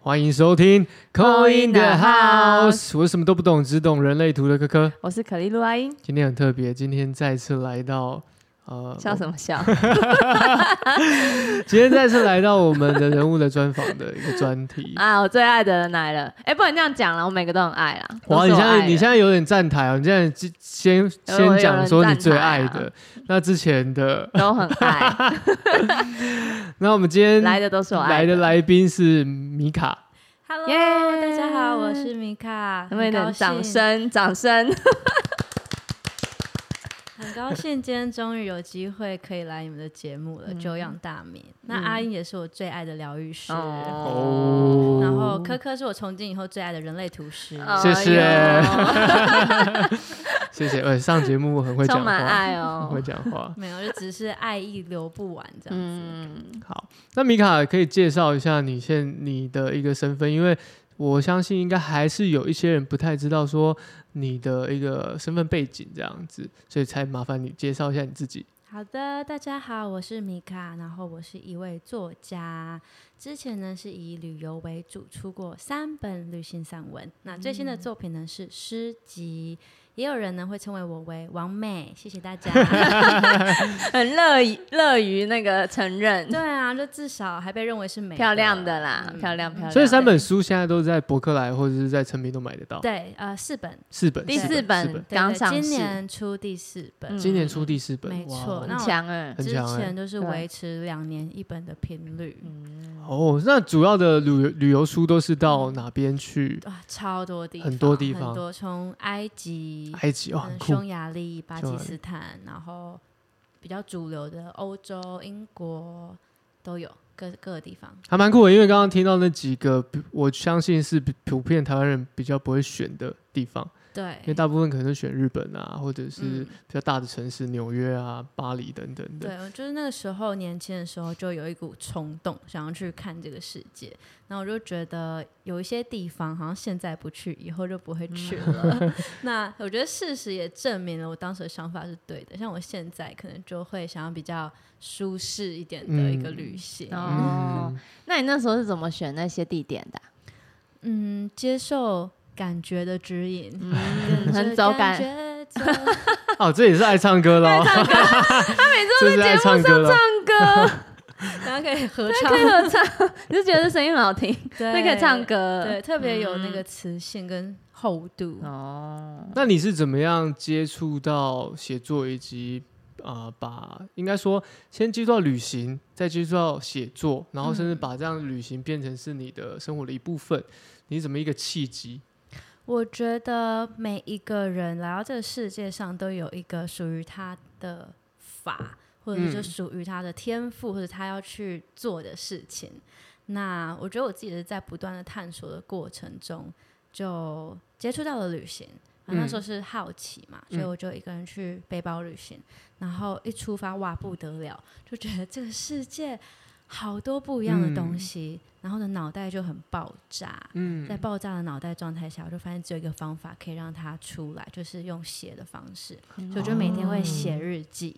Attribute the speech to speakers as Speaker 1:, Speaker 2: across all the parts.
Speaker 1: 欢迎收听《Call
Speaker 2: Call
Speaker 1: in
Speaker 2: in
Speaker 1: the
Speaker 2: the
Speaker 1: House》，我什么都不懂，只懂人类图的科科。
Speaker 2: 我是可丽露阿英，
Speaker 1: 今天很特别，今天再次来到呃，
Speaker 2: 笑什么笑？。
Speaker 1: 我今天再次来到我们的人物的专访的一个专题
Speaker 2: 啊，我最爱的人来了！哎、不能这样讲了，我每个都很爱啦。
Speaker 1: 哇，你
Speaker 2: 都是我
Speaker 1: 现
Speaker 2: 爱
Speaker 1: 在
Speaker 2: 的
Speaker 1: 你现在有点站台哦，你现在先
Speaker 2: 有有
Speaker 1: 先
Speaker 2: 人
Speaker 1: 讲说你
Speaker 2: 站
Speaker 1: 最
Speaker 2: 台
Speaker 1: 爱
Speaker 2: 啊
Speaker 1: 的，那之前的，
Speaker 2: 都很 爱，
Speaker 1: 那我们今天
Speaker 2: 来的都是我爱
Speaker 1: 来的来宾是米卡，
Speaker 3: Hello，、
Speaker 2: 耶
Speaker 3: 大家好，我是米卡，
Speaker 2: 能不能有
Speaker 3: 很高
Speaker 2: 点
Speaker 3: 兴
Speaker 2: 掌，声？掌声！
Speaker 3: 很高兴今天终于有机会可以来你们的节目 了，
Speaker 2: 嗯
Speaker 3: 久仰大名。那
Speaker 2: 嗯
Speaker 3: 阿英也是我最爱的疗愈师，
Speaker 2: 哦
Speaker 3: 然后科科是我从今以后最爱的人类图师。
Speaker 1: 谢谢
Speaker 2: 哎呦
Speaker 1: 谢谢。呃，上节目很会讲
Speaker 2: 充满
Speaker 1: 话，
Speaker 2: 爱
Speaker 1: 很
Speaker 2: 哦
Speaker 1: 会。讲话。
Speaker 3: 没有，就只是爱意流不完这样子。
Speaker 2: 嗯，
Speaker 1: 好，那米卡可以介绍一下你现你的一个身份，因为我相信应该还是有一些人不太知道说你的一个身份背景这样子，所以才麻烦你介绍一下你自己。
Speaker 3: 好的，大家好，我是米卡，然后我是一位作家，之前呢是以旅游为主，出过三本旅行散文。那最新的作品呢是诗集，也有人呢会称为我为王美，谢 谢大家。
Speaker 2: 很乐于乐于那个承认
Speaker 3: 对，啊，就至少还被认为是美
Speaker 2: 漂亮的啦，
Speaker 3: 嗯
Speaker 2: 漂亮漂亮。
Speaker 1: 所以三本书现在都在博客来或者是在成品都买得到，
Speaker 3: 对，呃，四本，
Speaker 1: 四本，
Speaker 2: 第
Speaker 1: 四
Speaker 2: 四
Speaker 1: 本，四
Speaker 2: 本
Speaker 3: 对
Speaker 2: 刚
Speaker 3: 对
Speaker 2: 上市，
Speaker 3: 今年出第四本，
Speaker 2: 嗯
Speaker 1: 今年出第四本，
Speaker 3: 没
Speaker 1: 哇
Speaker 3: 错
Speaker 1: 哦
Speaker 3: 那
Speaker 2: 很
Speaker 3: 我
Speaker 2: 强哎。
Speaker 1: 很
Speaker 3: 之
Speaker 1: 强哎
Speaker 3: 前就是
Speaker 2: 对
Speaker 3: 维持两年一本的频率，
Speaker 1: 哦，那主要的旅游旅游书都是到哪边去？
Speaker 3: 哇，超多地方，
Speaker 1: 很多地方
Speaker 3: 很多从埃及、
Speaker 1: 埃及哦，很
Speaker 3: 嗯
Speaker 1: 酷
Speaker 3: 匈牙利、巴
Speaker 1: 匈
Speaker 3: 基
Speaker 1: 牙利
Speaker 3: 斯坦，然后比较主流的欧洲、英国都有，各各个地方。
Speaker 1: 还蛮酷的，因为刚刚听到那几个，我相信是普遍台湾人比较不会选的地方，
Speaker 3: 对
Speaker 1: 因，为大部分可能都选日本啊，或者是
Speaker 3: 嗯
Speaker 1: 比较大的城市，纽约啊、巴黎等等的。
Speaker 3: 对，我就是那个时候年轻的时候，就有一股冲动，想要去看这个世界。然后我就觉得有一些地方好像现在不去，以后就不会去了。
Speaker 1: 嗯
Speaker 3: 那我觉得事实也证明了我当时的想法是对的。像我现在可能就会想要比较舒适一点的一个
Speaker 1: 嗯
Speaker 3: 旅行，
Speaker 2: 哦
Speaker 1: 嗯，
Speaker 2: 那你那时候是怎么选那些地点的啊？
Speaker 3: 嗯，接受感觉的指引，
Speaker 2: 嗯，
Speaker 3: 跟
Speaker 2: 很
Speaker 3: 着
Speaker 2: 走感。
Speaker 3: 觉走
Speaker 1: 哦，这也是爱唱歌的哦， 他每次都在节目上唱歌了，
Speaker 2: 唱歌，
Speaker 3: 然后可以
Speaker 2: 可
Speaker 3: 合
Speaker 2: 以
Speaker 3: 唱，
Speaker 2: 合唱，你就觉得声音很好听，那
Speaker 3: 对，
Speaker 2: 可以唱，歌。嗯
Speaker 3: 对，特别有那个磁性跟厚度。
Speaker 2: 哦，
Speaker 1: 那你是怎么样接触到写作，以及啊、呃把应该说先接触到旅行，再接触到写作，然后甚至把这样的旅行变成是你的生活的一部分？你怎么一个契机？
Speaker 3: 我觉得每一个人来到这个世界上，都有一个属于他的法，或者是
Speaker 1: 嗯
Speaker 3: 就属于他的天赋，或者他要去做的事情。那我觉得我自己是在不断的探索的过程中，就接触到了旅行。啊、
Speaker 1: 嗯
Speaker 3: 那时候是好奇嘛，所以
Speaker 1: 嗯
Speaker 3: 我就一个人去背包旅行，然后一出发哇不得了，就觉得这个世界好多不一样的东西，然后我的脑袋就很爆炸。
Speaker 1: 嗯
Speaker 3: 在爆炸的脑袋状态下，我就发现只有一个方法可以让它出来，就是用写的方式。所以我就每天会
Speaker 1: 哦
Speaker 3: 写日记。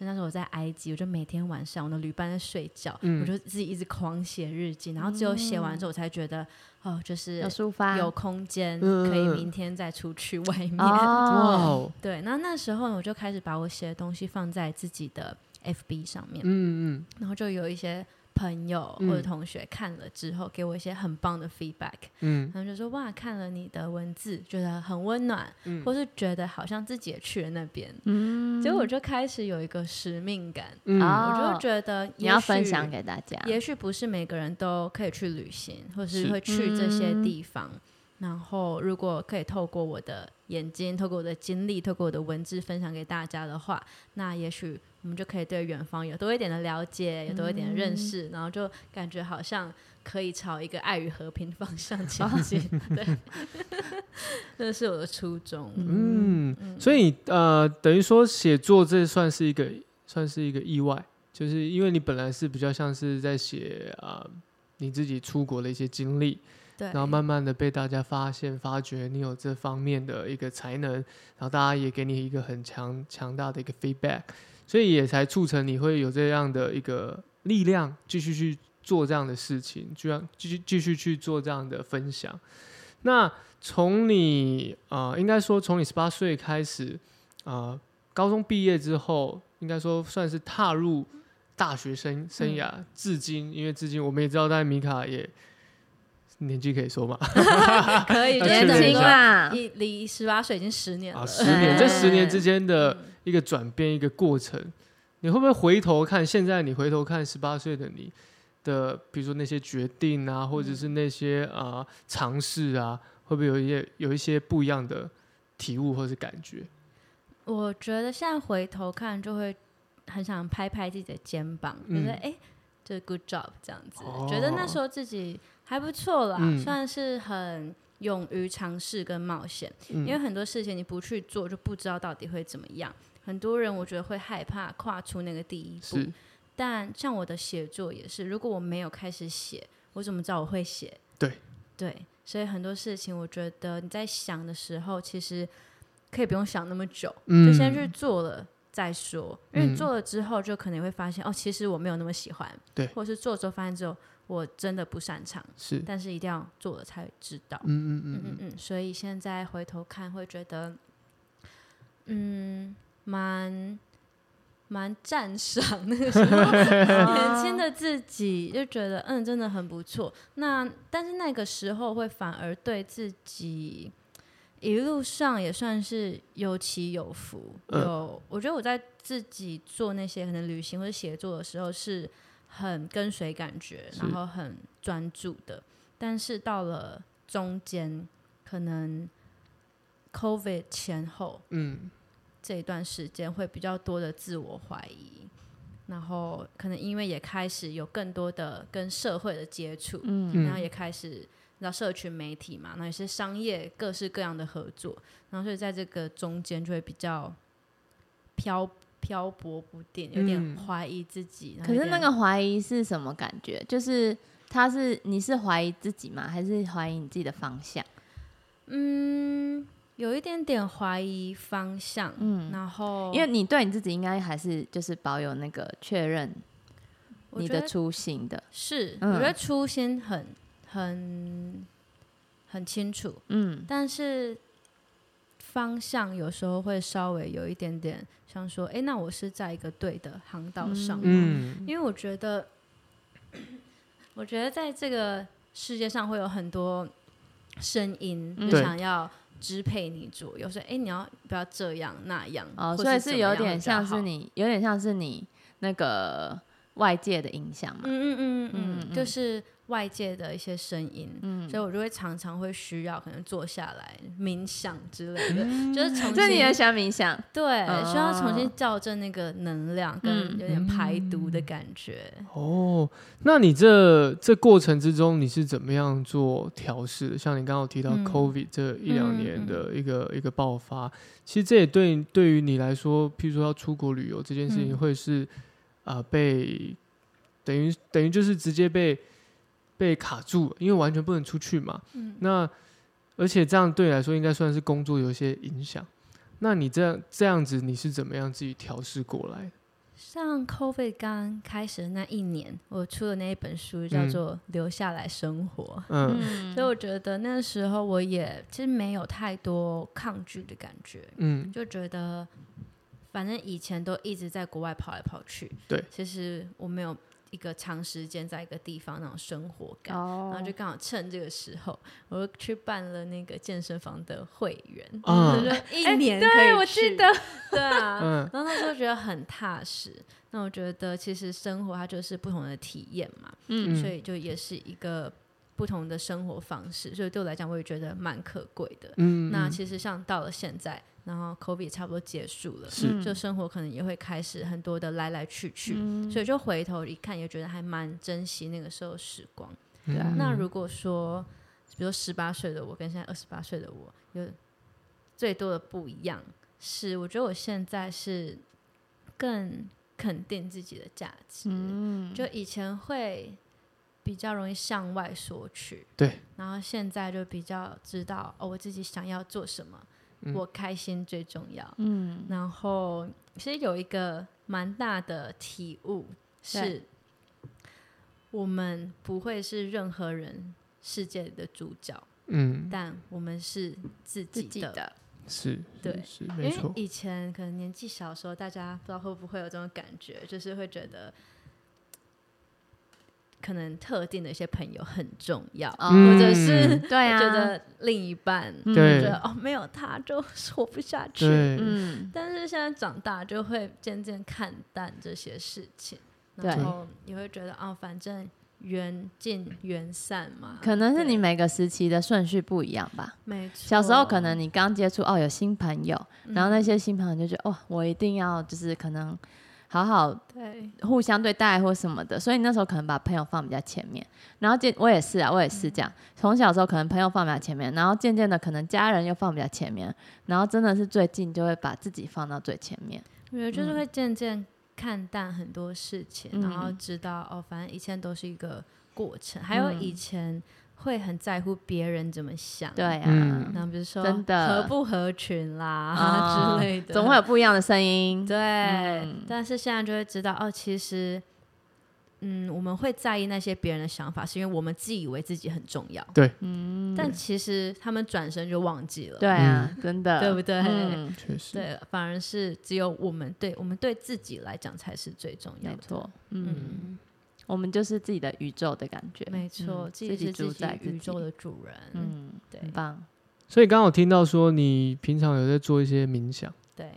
Speaker 3: 就那时候我在埃及，我就每天晚上我的旅伴在睡觉，
Speaker 1: 嗯
Speaker 3: 我就自己一直狂写日记，然后只有写完之后，我才觉得哦，就是
Speaker 2: 有抒发，
Speaker 3: 有空间
Speaker 1: 嗯
Speaker 3: 可以
Speaker 1: 嗯嗯
Speaker 3: 明天再出去外面。
Speaker 1: 哇
Speaker 2: 哦，
Speaker 1: 哦，
Speaker 3: 对，那那时候呢我就开始把我写的东西放在自己的 FB 上面，
Speaker 1: 嗯嗯
Speaker 3: 然后就有一些朋友
Speaker 1: 嗯
Speaker 3: 或者同学看了之后，给我一些很棒的 feedback。
Speaker 1: 嗯，
Speaker 3: 他们就说哇，看了你的文字，觉得很温暖，或是觉得好像自己也去了那边，
Speaker 2: 嗯
Speaker 3: 结果我就开始有一个使命感，
Speaker 1: 嗯
Speaker 2: 啊
Speaker 3: 我
Speaker 2: 哦
Speaker 3: 就觉得
Speaker 2: 你
Speaker 3: 也
Speaker 2: 要
Speaker 3: 许
Speaker 2: 分享。给大家，
Speaker 3: 也许不是每个人都可以去旅行，或是
Speaker 1: 是
Speaker 3: 会去这些地方。然后，如果可以透过我的眼睛、透过我的经历、透过我的文字分享给大家的话，那也许我们就可以对远方有多一点的了解，有多一点的认识，然后就感觉好像可以朝一个爱与和平方向前进。对，这是我的初衷。
Speaker 1: 嗯，所以呃，等于说写作这算是一个算是一个意外，就是因为你本来是比较像是在写啊、呃你自己出国的一些经历，
Speaker 3: 对，
Speaker 1: 然后慢慢的被大家发现发掘你有这方面的一个才能，然后大家也给你一个很强强大的一个 feedback，所以也才促成你会有这样的一个力量继续去做这样的事情，居然继续继续去做这样的分享。那从你啊、呃应该说从你十八岁开始啊、呃高中毕业之后，应该说算是踏入大学生生涯，至今，因为至今我们也知道，但米卡也年纪可以说嘛，
Speaker 3: 可以
Speaker 1: 要
Speaker 2: 年
Speaker 1: 确认一
Speaker 2: 轻
Speaker 1: 下
Speaker 2: 啦，
Speaker 3: 离离十八岁已经十年了，
Speaker 1: 啊，十年，这十年之间的
Speaker 3: 嗯
Speaker 1: 一个转变，一个过程，你会不会回头看？现在你回头看十八岁的你的，比如说那些决定啊，或者是那些啊、呃尝试啊，会不会有一些有一些不一样的体悟或是感觉？
Speaker 3: 我觉得现在回头看，就会很想拍拍自己的肩膀，觉得
Speaker 1: 嗯
Speaker 3: 哎、诶就是 good job 这样子，
Speaker 1: 哦
Speaker 3: 觉得那时候自己还不错啦，
Speaker 1: 嗯
Speaker 3: 算是很勇于尝试跟冒险，
Speaker 1: 嗯
Speaker 3: 因为很多事情你不去做，就不知道到底会怎么样。很多人我觉得会害怕跨出那个第一步，
Speaker 1: 是
Speaker 3: 但像我的写作也是，如果我没有开始写，我怎么知道我会写？
Speaker 1: 对
Speaker 3: 对，所以很多事情我觉得你在想的时候，其实可以不用想那么久，
Speaker 1: 嗯
Speaker 3: 就先去做了再说。因为
Speaker 1: 嗯
Speaker 3: 你做了之后，就可能会发现、哦，其实我没有那么喜欢，
Speaker 1: 对
Speaker 3: 或者是做了之后发现之后我真的不擅长，
Speaker 1: 是，
Speaker 3: 但是一定要做了才知道。
Speaker 1: 嗯嗯
Speaker 3: 嗯
Speaker 1: 嗯
Speaker 3: 嗯
Speaker 1: 嗯，
Speaker 3: 嗯，所以现在回头看会觉得，嗯，蛮蛮赞赏那个时 候年轻的自己，就觉得嗯，真的很不错。那但是那个时候会反而对自己一路上也算是有起有伏，
Speaker 1: 嗯
Speaker 3: 有我觉得我在自己做那些可能旅行或者写作的时候是很跟随感觉，
Speaker 1: 是
Speaker 3: 然后很专注的。但是到了中间，可能 COVID 前后
Speaker 1: 嗯
Speaker 3: 这一段时间会比较多的自我怀疑，然后可能因为也开始有更多的跟社会的接触，
Speaker 2: 嗯，
Speaker 3: 然后
Speaker 1: 嗯，
Speaker 3: 也开始你知道社群媒体嘛，那也是商业各式各样的合作，然后所以在这个中间就会比较漂漂泊不定，有点
Speaker 1: 嗯
Speaker 3: 怀疑自己。然后
Speaker 2: 可
Speaker 3: 有
Speaker 2: 是那
Speaker 3: 点
Speaker 2: 个怀疑是什么感觉？就是他是你是怀疑自己吗？还是怀疑你自己的方向？
Speaker 3: 嗯，有一点点怀疑方向，
Speaker 2: 嗯
Speaker 3: 然后
Speaker 2: 因为你对你自己应该还是就是保有那个确认
Speaker 3: 我
Speaker 2: 你
Speaker 3: 觉
Speaker 2: 的
Speaker 3: 得
Speaker 2: 初心的，
Speaker 3: 是，
Speaker 2: 嗯
Speaker 3: 我觉得初心很很很清楚，
Speaker 2: 嗯，
Speaker 3: 但是方向有时候会稍微有一点点像说，哎、那我是在一个对的航道上吗，
Speaker 1: 嗯
Speaker 3: 因为我觉得， 我觉得在这个世界上会有很多声音，
Speaker 2: 嗯
Speaker 3: 就
Speaker 1: 对
Speaker 3: 想要。支配你左右，说哎、诶你要不要这样那样？
Speaker 2: 哦，
Speaker 3: 或
Speaker 2: 所以
Speaker 3: 是
Speaker 2: 是
Speaker 3: 怎么
Speaker 2: 有
Speaker 3: 样会
Speaker 2: 点
Speaker 3: 比较
Speaker 2: 像是
Speaker 3: 好
Speaker 2: 你，有点像是你那个外界的影响嘛，
Speaker 3: 嗯嗯
Speaker 2: 嗯
Speaker 3: 嗯嗯
Speaker 2: 嗯
Speaker 3: 嗯，就是外界的一些声音，所以我就会常常会需要可能坐下来冥想之类的，就是重
Speaker 2: 所以嗯你也
Speaker 3: 新
Speaker 2: 喜欢冥想，
Speaker 3: 对需要重新
Speaker 2: 哦
Speaker 3: 校正那个能量，
Speaker 2: 嗯
Speaker 3: 跟有点排毒的感觉。
Speaker 1: 哦，那你这这过程之中，你是怎么样做调试的？像你刚刚有提到
Speaker 3: 嗯
Speaker 1: COVID 这一两年
Speaker 3: 嗯嗯
Speaker 1: 的一个、一个爆发，其实这也对对于你来说，譬如说要出国旅游这件事情，
Speaker 3: 嗯
Speaker 1: 会是啊、呃被等于等于就是直接被被卡住，因为完全不能出去嘛。
Speaker 3: 嗯
Speaker 1: 那而且这样对你来说，应该算是工作有一些影响。那你这样这样子，你是怎么样自己调试过来？
Speaker 3: 像 COVID 刚开始的那一年，我出的那一本书叫
Speaker 1: 嗯
Speaker 3: 做《留下来生活》。
Speaker 1: 嗯
Speaker 2: 嗯
Speaker 3: 所以我觉得那时候我也其实没有太多抗拒的感觉，
Speaker 1: 嗯
Speaker 3: 就觉得反正以前都一直在国外跑来跑去，
Speaker 1: 对，
Speaker 3: 其实我没有一个长时间在一个地方那种生活感。
Speaker 2: 哦
Speaker 3: 然后就刚好趁这个时候，我就去办了那个健身房的会员，
Speaker 1: 啊
Speaker 3: 我就一年可以、
Speaker 2: 哎对我记得，
Speaker 3: 对啊，
Speaker 1: 嗯
Speaker 3: 然后那时候觉得很踏实。那我觉得其实生活它就是不同的体验嘛，
Speaker 2: 嗯
Speaker 3: 所以就也是一个不同的生活方式，所以对我来讲，我也觉得蛮可贵的。
Speaker 1: 嗯，
Speaker 3: 那
Speaker 1: 嗯
Speaker 3: 其实像到了现在，然后 COVID 差不多结束了，
Speaker 1: 是
Speaker 3: 就生活可能也会开始很多的来来去去，
Speaker 1: 嗯
Speaker 3: 所以就回头一看，也觉得还蛮珍惜那个时候的时光。
Speaker 2: 对
Speaker 1: 嗯
Speaker 2: 啊
Speaker 3: 那如果说，比如十八岁的我跟现在二十八岁的我有最多的不一样，是我觉得我现在是更肯定自己的价值，
Speaker 2: 嗯
Speaker 3: 就以前会比较容易向外索取，
Speaker 1: 对，
Speaker 3: 然后现在就比较知道哦，我自己想要做什么，
Speaker 1: 嗯
Speaker 3: 我开心最重要。
Speaker 2: 嗯
Speaker 3: 然后其实有一个蛮大的体悟
Speaker 2: 对
Speaker 3: 是，我们不会是任何人世界里的主角，
Speaker 1: 嗯，
Speaker 3: 但我们是自
Speaker 2: 自
Speaker 3: 己
Speaker 2: 己
Speaker 3: 的。
Speaker 2: 的，
Speaker 1: 是，
Speaker 3: 对
Speaker 1: 是
Speaker 3: 因
Speaker 1: 没
Speaker 3: 为
Speaker 1: 错，
Speaker 3: 以前可能年纪小的时候，大家不知道会不会有这种感觉，就是会觉得可能特定的一些朋友很重要，
Speaker 2: 哦
Speaker 1: 嗯
Speaker 3: 或者是
Speaker 2: 对啊，
Speaker 3: 觉得另一半，
Speaker 2: 嗯
Speaker 3: 觉
Speaker 1: 对
Speaker 3: 得哦没有他就活不下去。
Speaker 1: 对，
Speaker 2: 嗯，
Speaker 3: 但是现在长大就会渐渐看淡这些事情，
Speaker 2: 对
Speaker 3: 然后你会觉得啊、反正缘尽缘散嘛。
Speaker 2: 可能是你
Speaker 3: 对
Speaker 2: 每个时期的顺序不一样吧。
Speaker 3: 没错，
Speaker 2: 小时候可能你刚接触哦，有新朋友，
Speaker 3: 嗯，
Speaker 2: 然后那些新朋友就觉得哦，我一定要就是可能好好
Speaker 3: 对
Speaker 2: 互相对待或什么的，所以那时候可能把朋友放比较前面。然后渐我也是啊，我也是
Speaker 3: 嗯
Speaker 2: 这样，从小时候可能朋友放比较前面，然后渐渐的可能家人又放比较前面，然后真的是最近就会把自己放到最前面。
Speaker 3: 我觉得就是会渐渐看淡很多事情，
Speaker 2: 嗯
Speaker 3: 然后知道哦，反正一切都是一个过程。还有
Speaker 2: 嗯
Speaker 3: 以前会很在乎别人怎么想，
Speaker 2: 对，啊，
Speaker 1: 嗯
Speaker 3: 然后比如说
Speaker 2: 真的
Speaker 3: 合不合群啦、
Speaker 2: 啊
Speaker 3: 之类的，
Speaker 2: 总会有不一样的声音。
Speaker 3: 对、
Speaker 2: 嗯
Speaker 3: 但是现在就会知道哦，其实。嗯，我们会在意那些别人的想法，是因为我们自以为自己很重要，
Speaker 2: 嗯，
Speaker 3: 但其实他们转身就忘记了，
Speaker 2: 对啊，真的，
Speaker 3: 对不对
Speaker 2: 嗯，
Speaker 1: 确实，
Speaker 3: 对，反而是只有我们对我们对自己来讲才是最重要
Speaker 2: 没
Speaker 3: 的。
Speaker 2: 错，嗯，
Speaker 3: 嗯，
Speaker 2: 我们就是自己的宇宙的感觉，
Speaker 3: 没错，
Speaker 2: 嗯
Speaker 3: 自己是
Speaker 2: 主
Speaker 3: 自己
Speaker 2: 宰自
Speaker 3: 宇
Speaker 2: 己
Speaker 3: 宙，的主人。嗯，
Speaker 2: 嗯，
Speaker 3: 对
Speaker 2: 很棒。
Speaker 1: 所以刚刚我听到说你平常有在做一些冥想，
Speaker 3: 对，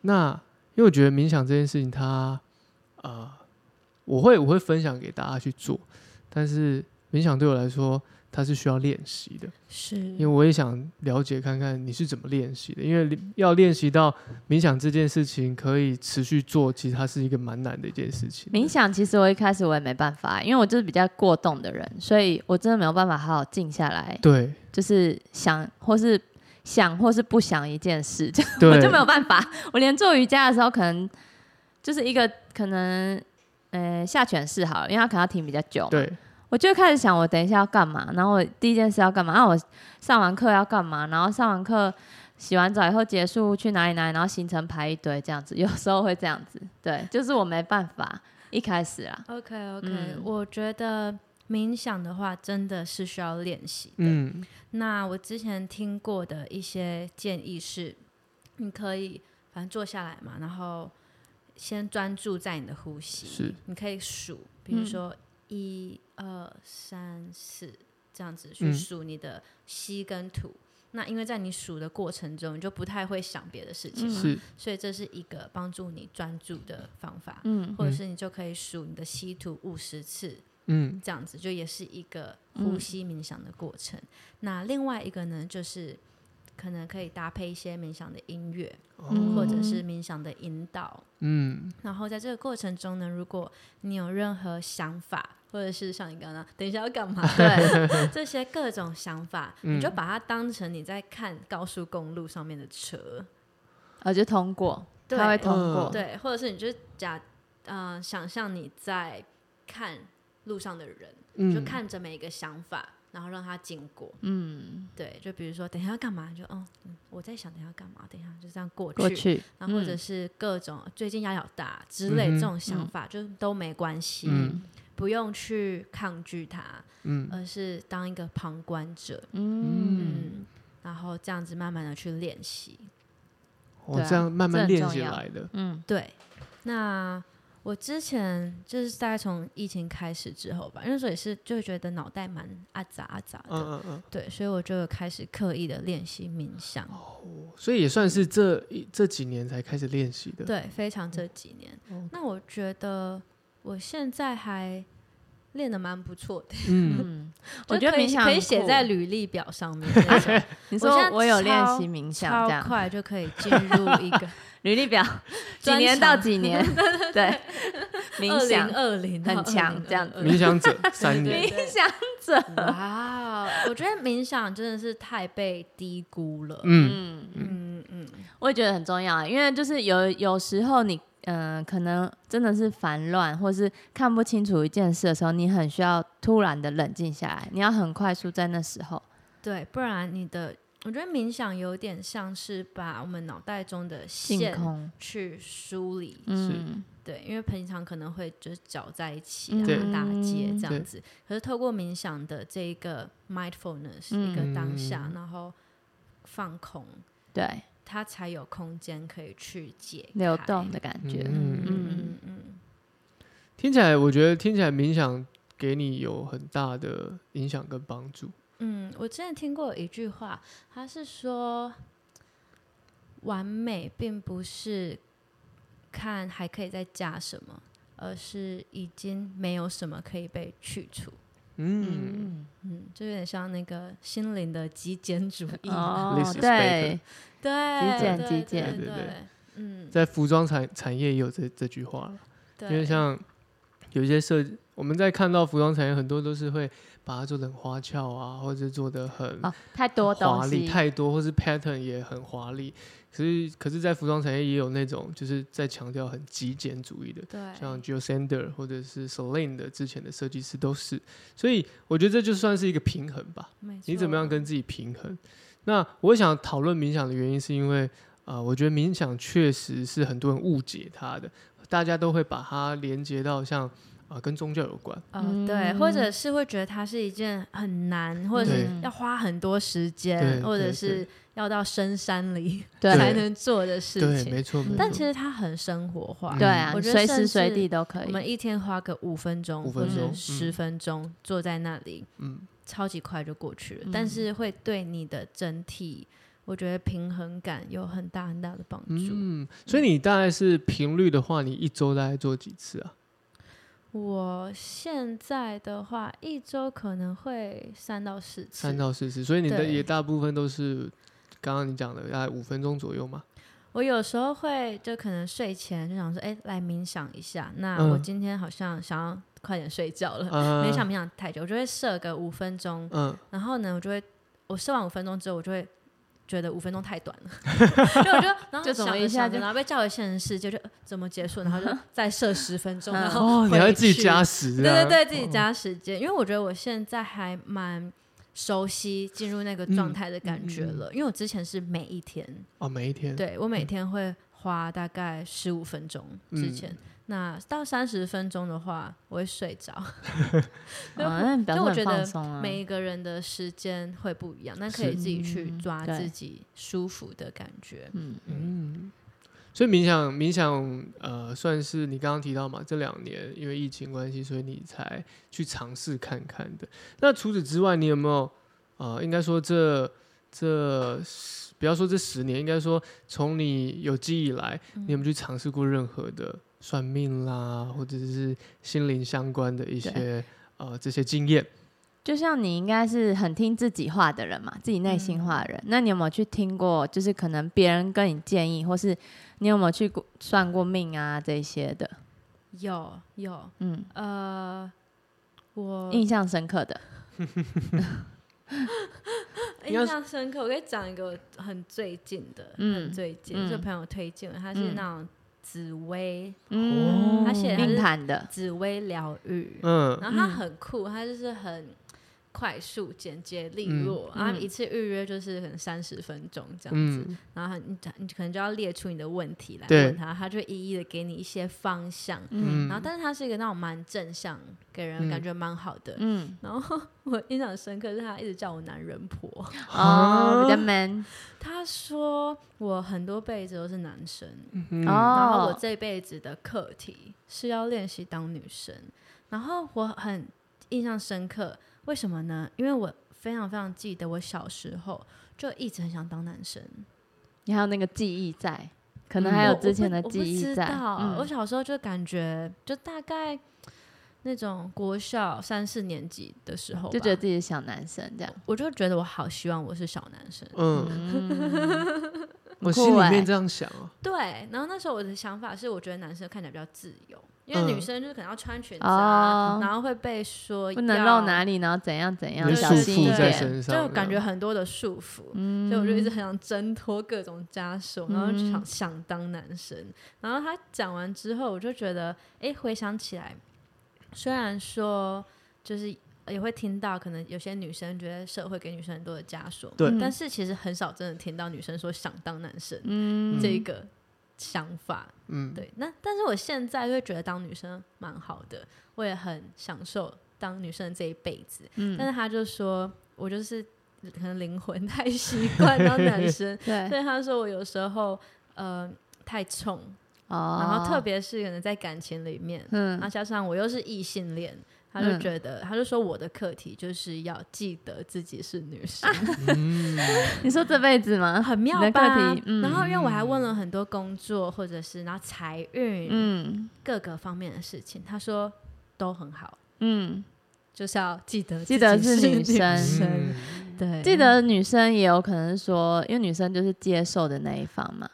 Speaker 1: 那因为我觉得冥想这件事情它，呃，我会我会分享给大家去做，但是冥想对我来说它是需要练习的，
Speaker 3: 是
Speaker 1: 因为我也想了解看看你是怎么练习的，因为要练习到冥想这件事情可以持续做，其实它是一个蛮难的一件事情。
Speaker 2: 冥想其实我一开始我也没办法，因为我就是比较过动的人，所以我真的没有办法好好静下来，
Speaker 1: 对
Speaker 2: 就是想或是想或是不想一件事， 就
Speaker 1: 对，
Speaker 2: 我就没有办法。我连做瑜伽的时候，可能就是一个可能呃下犬式好了，因为它可能要停比较久嘛，
Speaker 1: 对
Speaker 2: 我就会开始想我等一下要干嘛，然后我第一件事要干嘛，然后我上完课要干嘛，然后上完课洗完澡以后结束去哪里哪里，然后行程排一堆这样子，有时候会这样子，对，就是我没办法一开始啦，
Speaker 3: OK OK，、
Speaker 2: 嗯
Speaker 3: 我觉得冥想的话真的是需要练习的。
Speaker 1: 嗯
Speaker 3: 那我之前听过的一些建议是，你可以反正坐下来嘛，然后先专注在你的呼吸，
Speaker 1: 是
Speaker 3: 你可以数，比如
Speaker 2: 嗯
Speaker 3: 说一、二、三、四这样子去
Speaker 1: 嗯
Speaker 3: 数你的吸跟吐。那因为在你数的过程中，你就不太会想别的事情
Speaker 2: 嗯
Speaker 3: 嘛，
Speaker 1: 是
Speaker 3: 所以这是一个帮助你专注的方法，
Speaker 2: 嗯
Speaker 3: 或者是你就可以数你的吸吐五十次，
Speaker 1: 嗯
Speaker 3: 这样子就也是一个
Speaker 2: 嗯
Speaker 3: 呼吸冥想的过程。那另外一个呢，就是可能可以搭配一些冥想的音乐，
Speaker 2: 嗯
Speaker 3: 或者是冥想的引导。
Speaker 1: 嗯
Speaker 3: 然后在这个过程中呢，如果你有任何想法，或者是像你刚刚等一下要 干嘛，对这些各种想法，
Speaker 2: 嗯
Speaker 3: 你就把它当成你在看高速公路上面的车，
Speaker 2: 我就通过，
Speaker 3: 对
Speaker 2: 他会通过，
Speaker 1: 嗯
Speaker 3: 对，或者是你就假呃想象你在看路上的人。
Speaker 1: 嗯
Speaker 3: 就看着每一个想法，然后让它经过。
Speaker 2: 嗯，
Speaker 3: 对，就比如说等一下要干嘛，你就哦、嗯，我在想等一下要干嘛，等一下就这样过去。
Speaker 2: 过去，
Speaker 3: 然后或
Speaker 2: 嗯
Speaker 3: 者是各种、最近压力好大之类这
Speaker 1: 嗯哼
Speaker 3: 种想法，就都没关系，
Speaker 1: 嗯
Speaker 3: 不用去抗拒它，
Speaker 1: 嗯
Speaker 3: 而是当一个旁观者，
Speaker 2: 嗯，
Speaker 3: 嗯，然后这样子慢慢的去练习。
Speaker 1: 我
Speaker 2: 对啊
Speaker 1: 哦这样慢
Speaker 2: 这
Speaker 1: 慢
Speaker 2: 很
Speaker 1: 练
Speaker 2: 重
Speaker 1: 起
Speaker 2: 要
Speaker 1: 来的，
Speaker 2: 嗯
Speaker 3: 对，那我之前就是大概从疫情开始之后吧，那时候也是就会觉得脑袋蛮啊杂啊杂的，
Speaker 1: 嗯嗯嗯。
Speaker 3: 对，所以我就开始刻意的练习冥想，
Speaker 1: 哦所以也算是这一这几年才开始练习的。，
Speaker 3: 对，非常
Speaker 1: 嗯
Speaker 3: 这几年。
Speaker 1: 哦
Speaker 3: 那我觉得我现在还练的蛮不错的，
Speaker 1: 嗯，
Speaker 2: 嗯，
Speaker 3: 就
Speaker 2: 我觉得
Speaker 3: 可以
Speaker 2: 冥想
Speaker 3: 可以
Speaker 2: 很
Speaker 3: 写
Speaker 2: 酷欸
Speaker 3: 在，履历表 上面那种，
Speaker 2: 你
Speaker 3: 我
Speaker 2: 说
Speaker 3: 现在
Speaker 2: 我有练
Speaker 3: 超
Speaker 2: 习冥想这
Speaker 3: 超
Speaker 2: 样，
Speaker 3: 快就可以进入一个
Speaker 2: 履历表几
Speaker 3: 专
Speaker 2: 年到
Speaker 3: 长
Speaker 2: 几 年，对，
Speaker 3: 二
Speaker 2: 冥想
Speaker 3: 零二零
Speaker 2: 很强这样子
Speaker 1: 冥想 者三年，
Speaker 2: 冥想者，
Speaker 3: 哇哦，我觉得冥想真的是太被低估了。
Speaker 1: 嗯，
Speaker 2: 嗯，
Speaker 3: 嗯嗯，
Speaker 2: 我也觉得很重要啊，因为就是有有时候你嗯、呃可能真的是烦乱，或是看不清楚一件事的时候，你很需要突然的冷静下来，你要很快速在那时候，
Speaker 3: 对，不然你的我觉得冥想有点像是把我们脑袋中的
Speaker 2: 净
Speaker 3: 线
Speaker 2: 空，
Speaker 3: 去梳理，
Speaker 2: 嗯，
Speaker 3: 对，因为平常可能会就是搅在一起啊
Speaker 1: 对、
Speaker 3: 打结
Speaker 2: 嗯
Speaker 3: 这
Speaker 1: 对
Speaker 3: 样子，可是透过冥想的这一个 mindfulness、
Speaker 2: 嗯
Speaker 3: 一个当下，然后放空，
Speaker 2: 对，
Speaker 3: 它才有空间可以去解
Speaker 2: 流
Speaker 3: 开
Speaker 2: 动的感觉，
Speaker 3: 嗯
Speaker 1: 嗯
Speaker 3: 嗯嗯
Speaker 1: 听起来我觉得听起来冥想给你有很大的影响跟帮助。
Speaker 3: 嗯，我之前听过一句话，它是说，完美并不是看还可以再加什么，而是已经没有什么可以被去除。
Speaker 1: 嗯，
Speaker 2: 嗯，
Speaker 3: 嗯，就有点像那个心灵的极简主义，
Speaker 2: 哦
Speaker 1: This，is
Speaker 2: 对，
Speaker 3: 对，
Speaker 2: 极简
Speaker 3: 对
Speaker 2: 极
Speaker 3: 对
Speaker 1: 对
Speaker 2: 简
Speaker 1: 对对
Speaker 3: 对，嗯，
Speaker 1: 在服装产产业也有这这句话了。
Speaker 3: 对，
Speaker 1: 因为像有一些设计，我们在看到服装产业，很多都是会把它做的很花俏啊，或者做的很
Speaker 2: 哦，太多东
Speaker 1: 华丽
Speaker 2: 西，
Speaker 1: 太多，或是 pattern 也很华丽。可是，可是，在服装产业也有那种就是在强调很极简主义的，
Speaker 3: 对，
Speaker 1: 像 Jill Sander 或者是 Celine 的之前的设计师都是。所以，我觉得这就算是一个平衡吧。
Speaker 3: 没
Speaker 1: 你怎么样
Speaker 3: 错
Speaker 1: 跟自己平衡？那我想讨论冥想的原因，是因为啊、呃我觉得冥想确实是很多人误解它的，大家都会把它连接到像啊、呃跟宗教有关，
Speaker 3: 哦，对，或者是会觉得它是一件很难，或者是
Speaker 2: 对
Speaker 3: 要花很多时
Speaker 1: 对
Speaker 3: 间，或
Speaker 1: 对
Speaker 3: 者是要到深山里才
Speaker 2: 对
Speaker 3: 能做的事
Speaker 1: 对，
Speaker 3: 情。
Speaker 1: 没错，没错。
Speaker 3: 但其实它很生活化，
Speaker 2: 对啊，
Speaker 3: 我觉得
Speaker 2: 随
Speaker 3: 甚
Speaker 2: 时随
Speaker 3: 至
Speaker 2: 地都可
Speaker 3: 我
Speaker 2: 以，
Speaker 3: 们一天花个五分钟
Speaker 1: 5
Speaker 3: 或
Speaker 1: 嗯分
Speaker 3: 者
Speaker 1: 钟
Speaker 3: 十
Speaker 1: 嗯
Speaker 3: 分钟坐在那里，
Speaker 1: 嗯，
Speaker 3: 超级快就过去了，
Speaker 2: 嗯
Speaker 3: 但是会对你的整体，我觉得平衡感有很大很大的帮助。
Speaker 1: 嗯，所以你大概是频率的话，你一周大概做几次啊？
Speaker 3: 我现在的话，一周可能会三到四次，
Speaker 1: 三到四次，所以你的
Speaker 3: 对
Speaker 1: 也大部分都是刚刚你讲的大概五分钟左右嘛。
Speaker 3: 我有时候会就可能睡前就想说，哎、来冥想一下。那
Speaker 1: 嗯
Speaker 3: 我今天好像想要快点睡觉了，
Speaker 1: 啊、
Speaker 3: 冥想冥想太久，我就会设个五分钟。
Speaker 1: 嗯，
Speaker 3: 然后呢，我就会我设完五分钟之后，我就会觉得五分钟太短 了，就我就然后
Speaker 2: 就怎么
Speaker 3: 想着
Speaker 2: 一下
Speaker 3: 想着
Speaker 2: 就
Speaker 3: 然后被叫回现实世界，就呃怎么结束，然 后就再设十分
Speaker 2: 嗯
Speaker 3: 钟，然后
Speaker 1: 哦，你还
Speaker 3: 回
Speaker 1: 自己
Speaker 3: 去
Speaker 1: 加时，啊哦嗯
Speaker 3: 对对对，自己加时间，因为我觉得我现在还蛮。熟悉进入那个状态的感觉
Speaker 1: 嗯
Speaker 3: 了，因为我之前是每一天，
Speaker 1: 哦，每一天，
Speaker 3: 对我每天会花大概十五分钟之前，
Speaker 1: 嗯
Speaker 3: 那到三十分钟的话，我会睡 着。
Speaker 2: 哦那你表
Speaker 3: 就
Speaker 2: 示
Speaker 3: 我
Speaker 2: 很
Speaker 3: 觉得
Speaker 2: 放松啊，
Speaker 3: 每一个人的时间会不一样，但可以
Speaker 1: 是
Speaker 3: 自己去
Speaker 2: 嗯
Speaker 3: 抓
Speaker 2: 对
Speaker 3: 自己舒服的感觉。
Speaker 2: 嗯，
Speaker 1: 嗯，所以冥想冥想呃，算是你刚刚提到嘛，这两年因为疫情关系，所以你才去尝试看看的。那除此之外，你有没有呃，应该说这这十不要说这十年，应该说从你有记忆以来，你有没有去呃尝试过任何的算命啦，或者是心灵相关的一些呃这些经验？
Speaker 2: 就像你应该是很听自己话的人嘛，自己内
Speaker 3: 嗯
Speaker 2: 心话的人。那你有没有去听过？就是可能别人跟你建议，或是你有没有去过算过命啊这些的？
Speaker 3: 有有，
Speaker 2: 嗯，
Speaker 3: 呃，我
Speaker 2: 印象深刻的。
Speaker 1: 要
Speaker 3: 印象深刻，我可以讲一个很最近的，
Speaker 2: 嗯
Speaker 3: 很最近，
Speaker 2: 嗯
Speaker 3: 是朋友推荐的，他是
Speaker 2: 嗯
Speaker 3: 那种紫薇
Speaker 2: 嗯，
Speaker 3: 他写的
Speaker 2: 命
Speaker 3: 是
Speaker 2: 盘的，
Speaker 3: 紫薇疗愈，
Speaker 1: 嗯
Speaker 3: 然后他很酷，他就是很。快速、简洁、利落，
Speaker 2: 嗯
Speaker 3: 然
Speaker 2: 嗯
Speaker 3: 后一次预约就是可能三十分钟这样子，
Speaker 1: 嗯
Speaker 3: 然后你你可能就要列出你的问题来
Speaker 1: 对
Speaker 3: 问他，他就一一的给你一些方向，
Speaker 2: 嗯
Speaker 3: 然后，但是他是一个那种蛮正向，给人感觉蛮好的。
Speaker 2: 嗯，
Speaker 3: 然后我印象深刻是他一直叫我男人婆，
Speaker 2: 哦，比较
Speaker 1: 啊
Speaker 2: man，
Speaker 3: 他说我很多辈子都是男生，
Speaker 1: 嗯
Speaker 3: 然后我
Speaker 2: 哦，
Speaker 3: 这辈子的课题是要练习当女生。然后我很印象深刻，为什么呢？因为我非常非常记得我小时候就一直很想当男生。
Speaker 2: 你还有那个记忆在，可
Speaker 1: 嗯
Speaker 2: 能还
Speaker 3: 我
Speaker 2: 有
Speaker 3: 我
Speaker 2: 之
Speaker 3: 不
Speaker 2: 前的
Speaker 3: 我
Speaker 2: 记
Speaker 3: 不
Speaker 2: 忆
Speaker 3: 知
Speaker 2: 在，
Speaker 3: 道我
Speaker 2: 嗯
Speaker 3: 小时候就感觉，就大概那种国小三四年级的时候吧，
Speaker 2: 就觉得自己是小男生这样。
Speaker 3: 我就觉得我好希望我是小男生。
Speaker 1: 嗯，
Speaker 2: 嗯，
Speaker 1: 我
Speaker 2: 很
Speaker 1: 心
Speaker 2: 酷
Speaker 1: 里
Speaker 2: 欸
Speaker 1: 面这样想啊，
Speaker 3: 对，然后那时候我的想法是，我觉得男生看起来比较自由，因为女
Speaker 1: 嗯
Speaker 3: 生就是可能要穿裙子啊，
Speaker 2: 哦
Speaker 3: 然后会被说
Speaker 2: 不能
Speaker 3: 要
Speaker 2: 露哪里，然后怎样怎样，
Speaker 1: 有
Speaker 3: 对
Speaker 2: 小
Speaker 3: 对
Speaker 1: 束
Speaker 2: 心
Speaker 1: 缚
Speaker 2: 一
Speaker 1: 在
Speaker 2: 点。嗯
Speaker 1: 身上，
Speaker 3: 就感觉很多的束缚，所以我就一直很想挣脱各种枷锁，然后就想、想当男生。然后他讲完之后，我就觉得，哎、回想起来，虽然说就是也会听到，可能有些女生觉得社会给女生很多的枷锁，
Speaker 1: 对
Speaker 3: 但是其实很少真的听到女生说想当男生、
Speaker 2: 嗯，
Speaker 3: 这一个想法。
Speaker 1: 嗯，
Speaker 3: 对，那但是我现在就会觉得当女生蛮好的，我也很享受当女生这一辈子。
Speaker 2: 嗯，
Speaker 3: 但是他就说我就是可能灵魂 太习惯当男生
Speaker 2: 对，
Speaker 3: 所以他说我有时候呃太冲，
Speaker 2: 哦，
Speaker 3: 然后特别是可能在感情里面，
Speaker 2: 嗯
Speaker 3: 然后加上我又是异性恋，他就
Speaker 2: 嗯
Speaker 3: 觉得、他就说我的课题就是要记得自己是女生，
Speaker 2: 你说这辈子吗？
Speaker 3: 很妙
Speaker 2: 啊你的课
Speaker 3: 吧
Speaker 2: 题？嗯
Speaker 3: 然后因为我还问了很多工作或者是然后财运、
Speaker 2: 嗯
Speaker 3: 各个方面的事情，他说都很好，
Speaker 2: 嗯，
Speaker 3: 就是要记得
Speaker 2: 记得
Speaker 3: 自己
Speaker 2: 是
Speaker 3: 是
Speaker 2: 女生
Speaker 1: 嗯
Speaker 3: 生对，
Speaker 2: 记得女生也有可能说，因为女生就是接受的那一方嘛，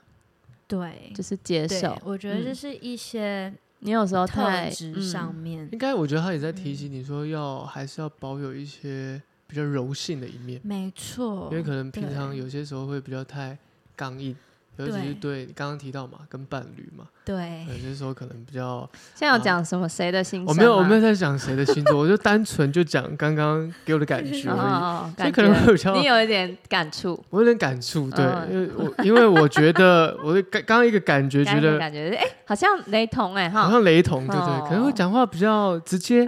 Speaker 3: 对。
Speaker 2: 就是接
Speaker 3: 嗯对
Speaker 2: 受。，
Speaker 3: 我觉得
Speaker 2: 嗯
Speaker 3: 就是一些
Speaker 2: 你有时候
Speaker 3: 特
Speaker 2: 太嗯
Speaker 3: 质上面，
Speaker 1: 应该我觉得他也在提醒你说要还是要保有一些比较柔性的一面，
Speaker 3: 没错，
Speaker 1: 因为可能平常
Speaker 3: 对
Speaker 1: 有些时候会比较太刚硬，尤其是
Speaker 3: 对
Speaker 1: 对刚刚提到嘛，跟伴侣嘛，
Speaker 2: 哎
Speaker 3: 对
Speaker 1: 有些时候可能 比较
Speaker 2: 现在有讲什么谁的心声吗？
Speaker 1: 我没有我没有
Speaker 2: 哦
Speaker 1: 在讲谁的星座，我就单纯就讲刚刚给我的感觉
Speaker 2: 哦，
Speaker 1: 而已，
Speaker 2: 哦
Speaker 1: 所以
Speaker 2: 感
Speaker 1: 可能会
Speaker 2: 觉
Speaker 1: 比较
Speaker 2: 你有一点感触，
Speaker 1: 我有点感触，对，
Speaker 2: 嗯
Speaker 1: 因为我因为我觉得我的刚刚刚一个感觉觉
Speaker 2: 感觉
Speaker 1: 得。啊
Speaker 2: 感觉哎，好像雷同哎
Speaker 1: 好
Speaker 2: 哈，
Speaker 1: 像雷同，对不对？
Speaker 2: 哦
Speaker 1: 可能会讲话比较直接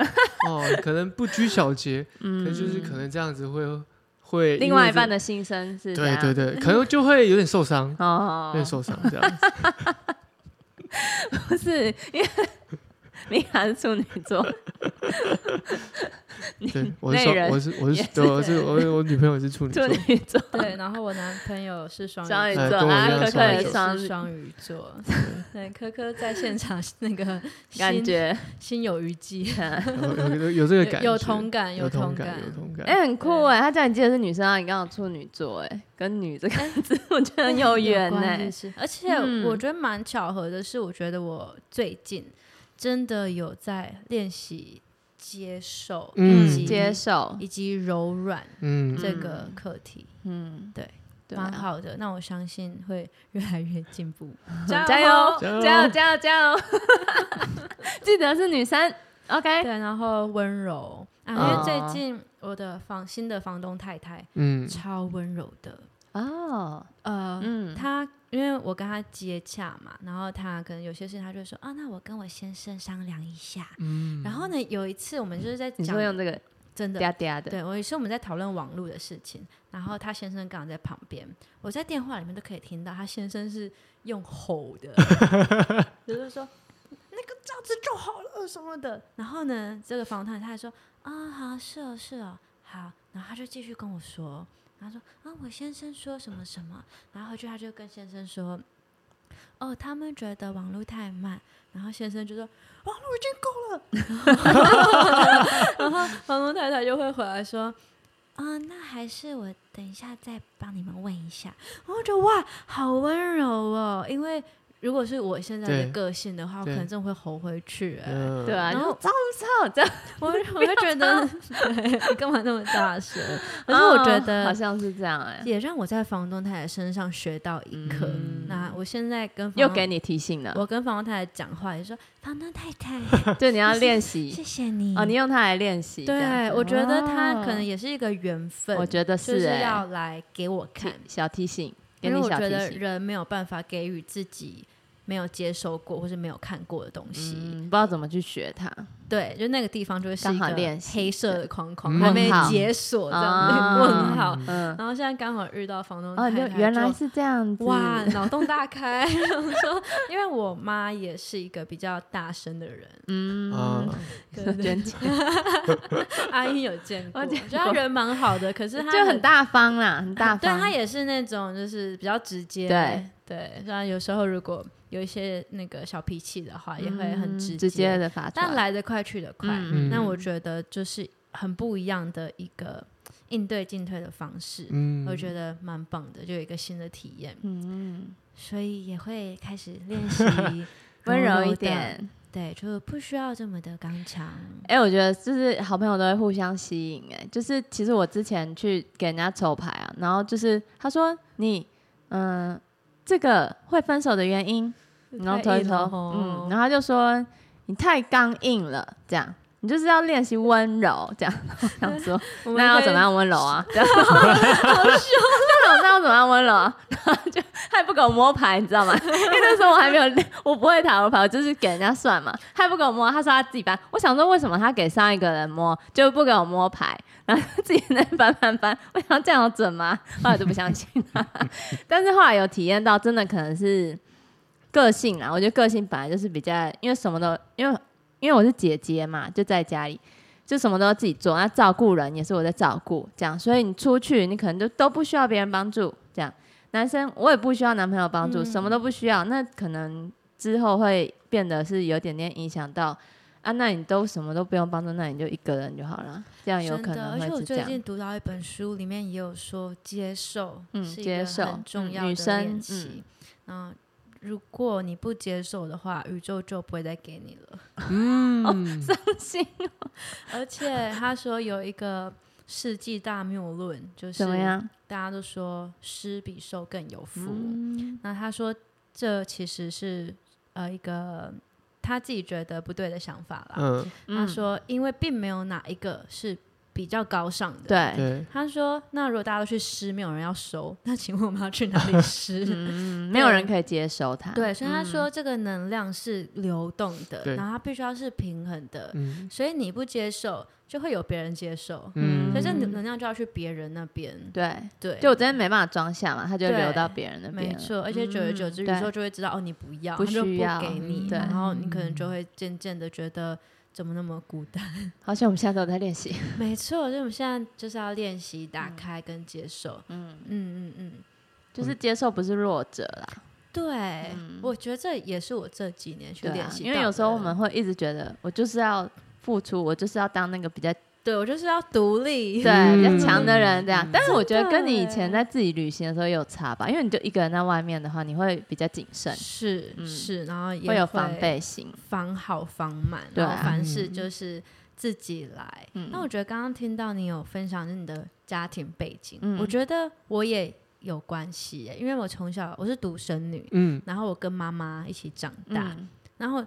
Speaker 1: 哦，可能不拘小节，可能就是可能这样子会会
Speaker 2: 嗯另外一半
Speaker 1: 的
Speaker 2: 的啊心声是这
Speaker 1: 对
Speaker 2: 样
Speaker 1: 对对，可能就会有点受伤，有
Speaker 2: 哦，
Speaker 1: 点受伤这样子。
Speaker 2: 不是因为明涵是处女 座，
Speaker 1: 对，我是
Speaker 2: 内人
Speaker 1: 我是我是
Speaker 2: 也是
Speaker 1: 对我是我我女朋友是处女
Speaker 2: 处
Speaker 1: 座，
Speaker 2: 女座
Speaker 3: 对，然后我男朋友是双
Speaker 2: 双鱼
Speaker 3: 座
Speaker 1: 呃
Speaker 2: 座
Speaker 1: 跟我
Speaker 2: 啊
Speaker 1: 一，样
Speaker 2: 可
Speaker 1: 双鱼
Speaker 2: 可也
Speaker 1: 座
Speaker 3: 也
Speaker 2: 双
Speaker 3: 是双鱼座，对，科科在现场那个
Speaker 2: 感
Speaker 3: 心
Speaker 2: 觉，
Speaker 3: 心有余悸，
Speaker 1: 有有有有这个感觉，
Speaker 3: 有同感，
Speaker 1: 有
Speaker 3: 同
Speaker 1: 感，有同感。
Speaker 2: 哎，很
Speaker 3: 啊
Speaker 2: 酷哎，他叫你记得是女生啊，你刚好处女座哎，跟女这个字我觉得很有缘
Speaker 3: 关
Speaker 2: 哎
Speaker 3: 系，是而且
Speaker 2: 嗯
Speaker 3: 我觉得蛮巧合的是，我觉得我最近真的有在练习接受，
Speaker 1: 嗯
Speaker 3: 以及
Speaker 2: 接受，
Speaker 3: 以及柔软
Speaker 1: 嗯，
Speaker 3: 这个课题，
Speaker 2: 嗯，
Speaker 3: 对，
Speaker 2: 对
Speaker 3: 蛮
Speaker 2: 啊，
Speaker 3: 好的。那我相信会越来越进步，
Speaker 2: 加油，
Speaker 1: 加油
Speaker 2: 加油，加油，加 油！记得是女生，OK，
Speaker 3: 对，然后温柔啊，因
Speaker 1: 哦
Speaker 3: 为
Speaker 2: 嗯
Speaker 3: 最近我的房新的房东太太
Speaker 1: 嗯
Speaker 3: 超温柔的，
Speaker 2: 哦，
Speaker 3: 呃，
Speaker 2: 嗯，
Speaker 3: 她因为我跟她接洽嘛，然后她可能有些事情她就会说啊，那我跟我先生商量一下。
Speaker 1: 嗯，
Speaker 3: 然后呢，有一次我们就是在
Speaker 2: 你
Speaker 3: 讲
Speaker 2: 说用这个
Speaker 3: 真的。
Speaker 2: 嗲嗲的，
Speaker 3: 对，我有一次我们在讨论网络的事情，然后她先生刚好在旁边，我在电话里面都可以听到，她先生是用吼的， 就是说那个这样子就好了什么的。然后呢，这个房太太说啊，好，是哦，是哦，好。然后他就继续跟我说，然后说啊，我先生说什么什么。然后回去他就跟先生说，哦，他们觉得网络太慢。然后先生就说网络已经够了。然后房东太太就会回来说。啊、那还是我等一下再帮你们问一下。我觉得哇，好温柔哦，因为如果是我现在
Speaker 1: 对
Speaker 3: 的个性的话，我可
Speaker 1: 对
Speaker 3: 能真的会吼回去、哎
Speaker 1: 嗯
Speaker 2: 对，啊，
Speaker 3: 然
Speaker 2: 然
Speaker 3: 后
Speaker 2: 后糟糟这样，
Speaker 3: 我我会觉得， 对你干嘛那么 大声？可
Speaker 2: 然
Speaker 3: 是
Speaker 2: 后
Speaker 3: 我觉得
Speaker 2: 好像是这样哎，
Speaker 3: 也让我在房东太太身上学到一课。
Speaker 1: 嗯
Speaker 3: 那我现在跟房
Speaker 2: 又给你提醒了，
Speaker 3: 我跟房东太太讲话，也说房东太 太，
Speaker 2: 就你要练习
Speaker 3: 谢谢你。
Speaker 2: 哦，你用它来练习。这样
Speaker 3: 对，
Speaker 2: 子
Speaker 3: 我觉得他
Speaker 2: 哦
Speaker 3: 可能也是一个缘分，
Speaker 2: 我觉得
Speaker 3: 就是
Speaker 2: 哎，
Speaker 3: 要来给我看，
Speaker 2: 提小提醒，给
Speaker 3: 因为
Speaker 2: 你
Speaker 3: 我
Speaker 2: 小
Speaker 3: 觉
Speaker 2: 提
Speaker 3: 得
Speaker 2: 醒。
Speaker 3: 人没有办法给予自己没有接收过或是没有看过的东西。
Speaker 2: 嗯，不知道怎么去学它。
Speaker 3: 对，就那个地方就会是
Speaker 2: 刚
Speaker 3: 一
Speaker 2: 好
Speaker 3: 个
Speaker 2: 练习
Speaker 3: 黑色的框框，
Speaker 1: 嗯
Speaker 3: 还没
Speaker 2: 问号
Speaker 3: 解锁这样
Speaker 2: 啊
Speaker 3: 子。 问号，
Speaker 2: 嗯，
Speaker 3: 然后现在刚好遇到房东
Speaker 2: 哦，
Speaker 3: 太
Speaker 2: 你
Speaker 3: 太
Speaker 2: 就
Speaker 3: 就，
Speaker 2: 原来是这样子。
Speaker 3: 哇， 脑洞大开。 我说，因为我妈也是一个比较大声的人，
Speaker 2: 嗯，
Speaker 1: 啊，
Speaker 3: 对对
Speaker 2: 娟姐
Speaker 3: 阿英有见过，
Speaker 2: 我
Speaker 3: 我
Speaker 2: 见
Speaker 3: 觉得她
Speaker 2: 过
Speaker 3: 人蛮好的，可是她
Speaker 2: 就很大方啦，很大方。
Speaker 3: 对她也是那种就是比较直接，
Speaker 2: 对
Speaker 3: 对，虽然有时候如果有一些那个小脾气的话，也会很
Speaker 2: 嗯
Speaker 3: 直
Speaker 2: 直接的发出
Speaker 3: 但
Speaker 2: 来。
Speaker 3: 来得快去得快。
Speaker 2: 嗯
Speaker 3: 那我觉得就是很不一样的一个应对进退的方式，
Speaker 1: 嗯，
Speaker 3: 我觉得蛮棒的，就有一个新的体验，
Speaker 2: 嗯，
Speaker 3: 所以也会开 始练习
Speaker 2: 温柔一
Speaker 3: 的，
Speaker 2: 点。
Speaker 3: 对，就不需要这么的刚强。
Speaker 2: 哎、我觉得就是好朋友都会互相吸引、哎，就是其实我之前去给人家抽牌啊，然后就是他说你，嗯、这个会分手的原因，然后抽一
Speaker 3: 太硬
Speaker 2: 抽
Speaker 3: 了，
Speaker 2: 嗯，
Speaker 3: 吼
Speaker 2: 然后他就说你太刚硬了，这样，你就是要练习温柔，这样。 我想说，
Speaker 3: 我们
Speaker 2: 那要
Speaker 3: 可以
Speaker 2: 怎么？样温柔啊？这样 好凶！那我那要怎么样温柔 啊？然后就他也不给我摸牌，你知 道吗？因为那时候我还没有练，我不会塔罗牌，我就是给人家算嘛。他也不给我摸，他说他自己搬。我想说，为什么他给上一个人摸，就不给我摸牌，然后自己在那搬搬搬？我想这样有准吗？后来就不相信了。但是后来有体验到，真的可能是个性啊啦。我觉得个性本来就是比较，因为什么都，因为因为我是姐姐嘛，就在家里。就什么都要自己做，那照顾人也是我在照顾，这样，所以你出去你可能就都不需要别人帮助，这样。男生我也不需要男朋友帮助，
Speaker 3: 嗯
Speaker 2: 什么都不需要，那可能之后会变得是有点点影响到啊，那你都什么都不用帮助，那你就一个人就好了，这样有
Speaker 3: 真
Speaker 2: 可
Speaker 3: 的，
Speaker 2: 能
Speaker 3: 而且我
Speaker 2: 会是这
Speaker 3: 最
Speaker 2: 样。
Speaker 3: 近读到一本书，里面也有说接受，
Speaker 2: 嗯
Speaker 3: 是一
Speaker 2: 接
Speaker 3: 个
Speaker 2: 受
Speaker 3: 很重
Speaker 2: 嗯
Speaker 3: 要
Speaker 2: 女
Speaker 3: 的
Speaker 2: 生
Speaker 3: 练习。嗯，如果你不接受的话，宇宙就不会再给你了。
Speaker 1: 嗯，
Speaker 2: 信
Speaker 3: 而且他说有一个世纪大谬论，就是
Speaker 2: 怎么样？
Speaker 3: 大家都说施比受更有福。
Speaker 2: 嗯
Speaker 3: 那他说这其实是呃一个他自己觉得不对的想法啦。
Speaker 1: 嗯，
Speaker 3: 他说，因为并没有哪一个是比较高尚的。
Speaker 2: 对，
Speaker 1: 对，
Speaker 3: 他说：“那如果大家都去施，没有人要收，那请问我们要去哪里施？”
Speaker 2: 嗯，没有人可以接受他。
Speaker 3: 对，所以他说这个能量是流动的，
Speaker 1: 嗯对
Speaker 3: 然后它必须要是平衡的，
Speaker 1: 嗯
Speaker 3: 所以你不接受，就会有别人接受，
Speaker 1: 嗯
Speaker 3: 所以这
Speaker 2: 嗯
Speaker 3: 能量就要去别人那边。
Speaker 2: 对，
Speaker 3: 对，
Speaker 2: 就我真的没办法装下嘛，他就
Speaker 3: 对
Speaker 2: 流到别人那边
Speaker 3: 没
Speaker 2: 了。
Speaker 3: 错，而且久而久之，
Speaker 2: 嗯
Speaker 3: 宇
Speaker 2: 对
Speaker 3: 宙就会知道哦，你不要，
Speaker 2: 不
Speaker 3: 他就
Speaker 2: 需要嗯
Speaker 3: 不给你，
Speaker 2: 对
Speaker 3: 然后你可能就会渐渐的觉得怎么那么孤单。
Speaker 2: 好像我们现在都有在练习。
Speaker 3: 没错，所以我们现在就是要练习打
Speaker 2: 嗯
Speaker 3: 开跟接受。嗯嗯嗯嗯，
Speaker 2: 就是接受不是弱者啦，
Speaker 3: 对，
Speaker 2: 嗯
Speaker 3: 我觉得这也是我这几年去
Speaker 2: 对
Speaker 3: 练
Speaker 2: 啊，
Speaker 3: 习到的、
Speaker 2: 因为有时候我们会一直觉得我就是要付出，我就是要当那个比较
Speaker 3: 对我就是要独立，
Speaker 2: 对比
Speaker 1: 嗯
Speaker 2: 较强的人这样
Speaker 1: 嗯。
Speaker 2: 但是我觉得跟你
Speaker 3: 真
Speaker 2: 以
Speaker 3: 的
Speaker 2: 前在自己旅行的时候也有差吧，因为你就一个人在外面的话，你会比较谨慎，
Speaker 3: 是
Speaker 2: 嗯
Speaker 3: 是，然后也
Speaker 2: 会有防，备心。
Speaker 3: 防好防满，
Speaker 2: 对啊
Speaker 3: 然后凡事就是自己来。
Speaker 2: 嗯
Speaker 3: 那我觉得刚刚听到你有分享你的家庭背景，
Speaker 2: 嗯
Speaker 3: 我觉得我也有关系耶，因为我从小我是独生女，
Speaker 1: 嗯
Speaker 3: 然后我跟妈妈一起长大，
Speaker 2: 嗯，
Speaker 3: 然后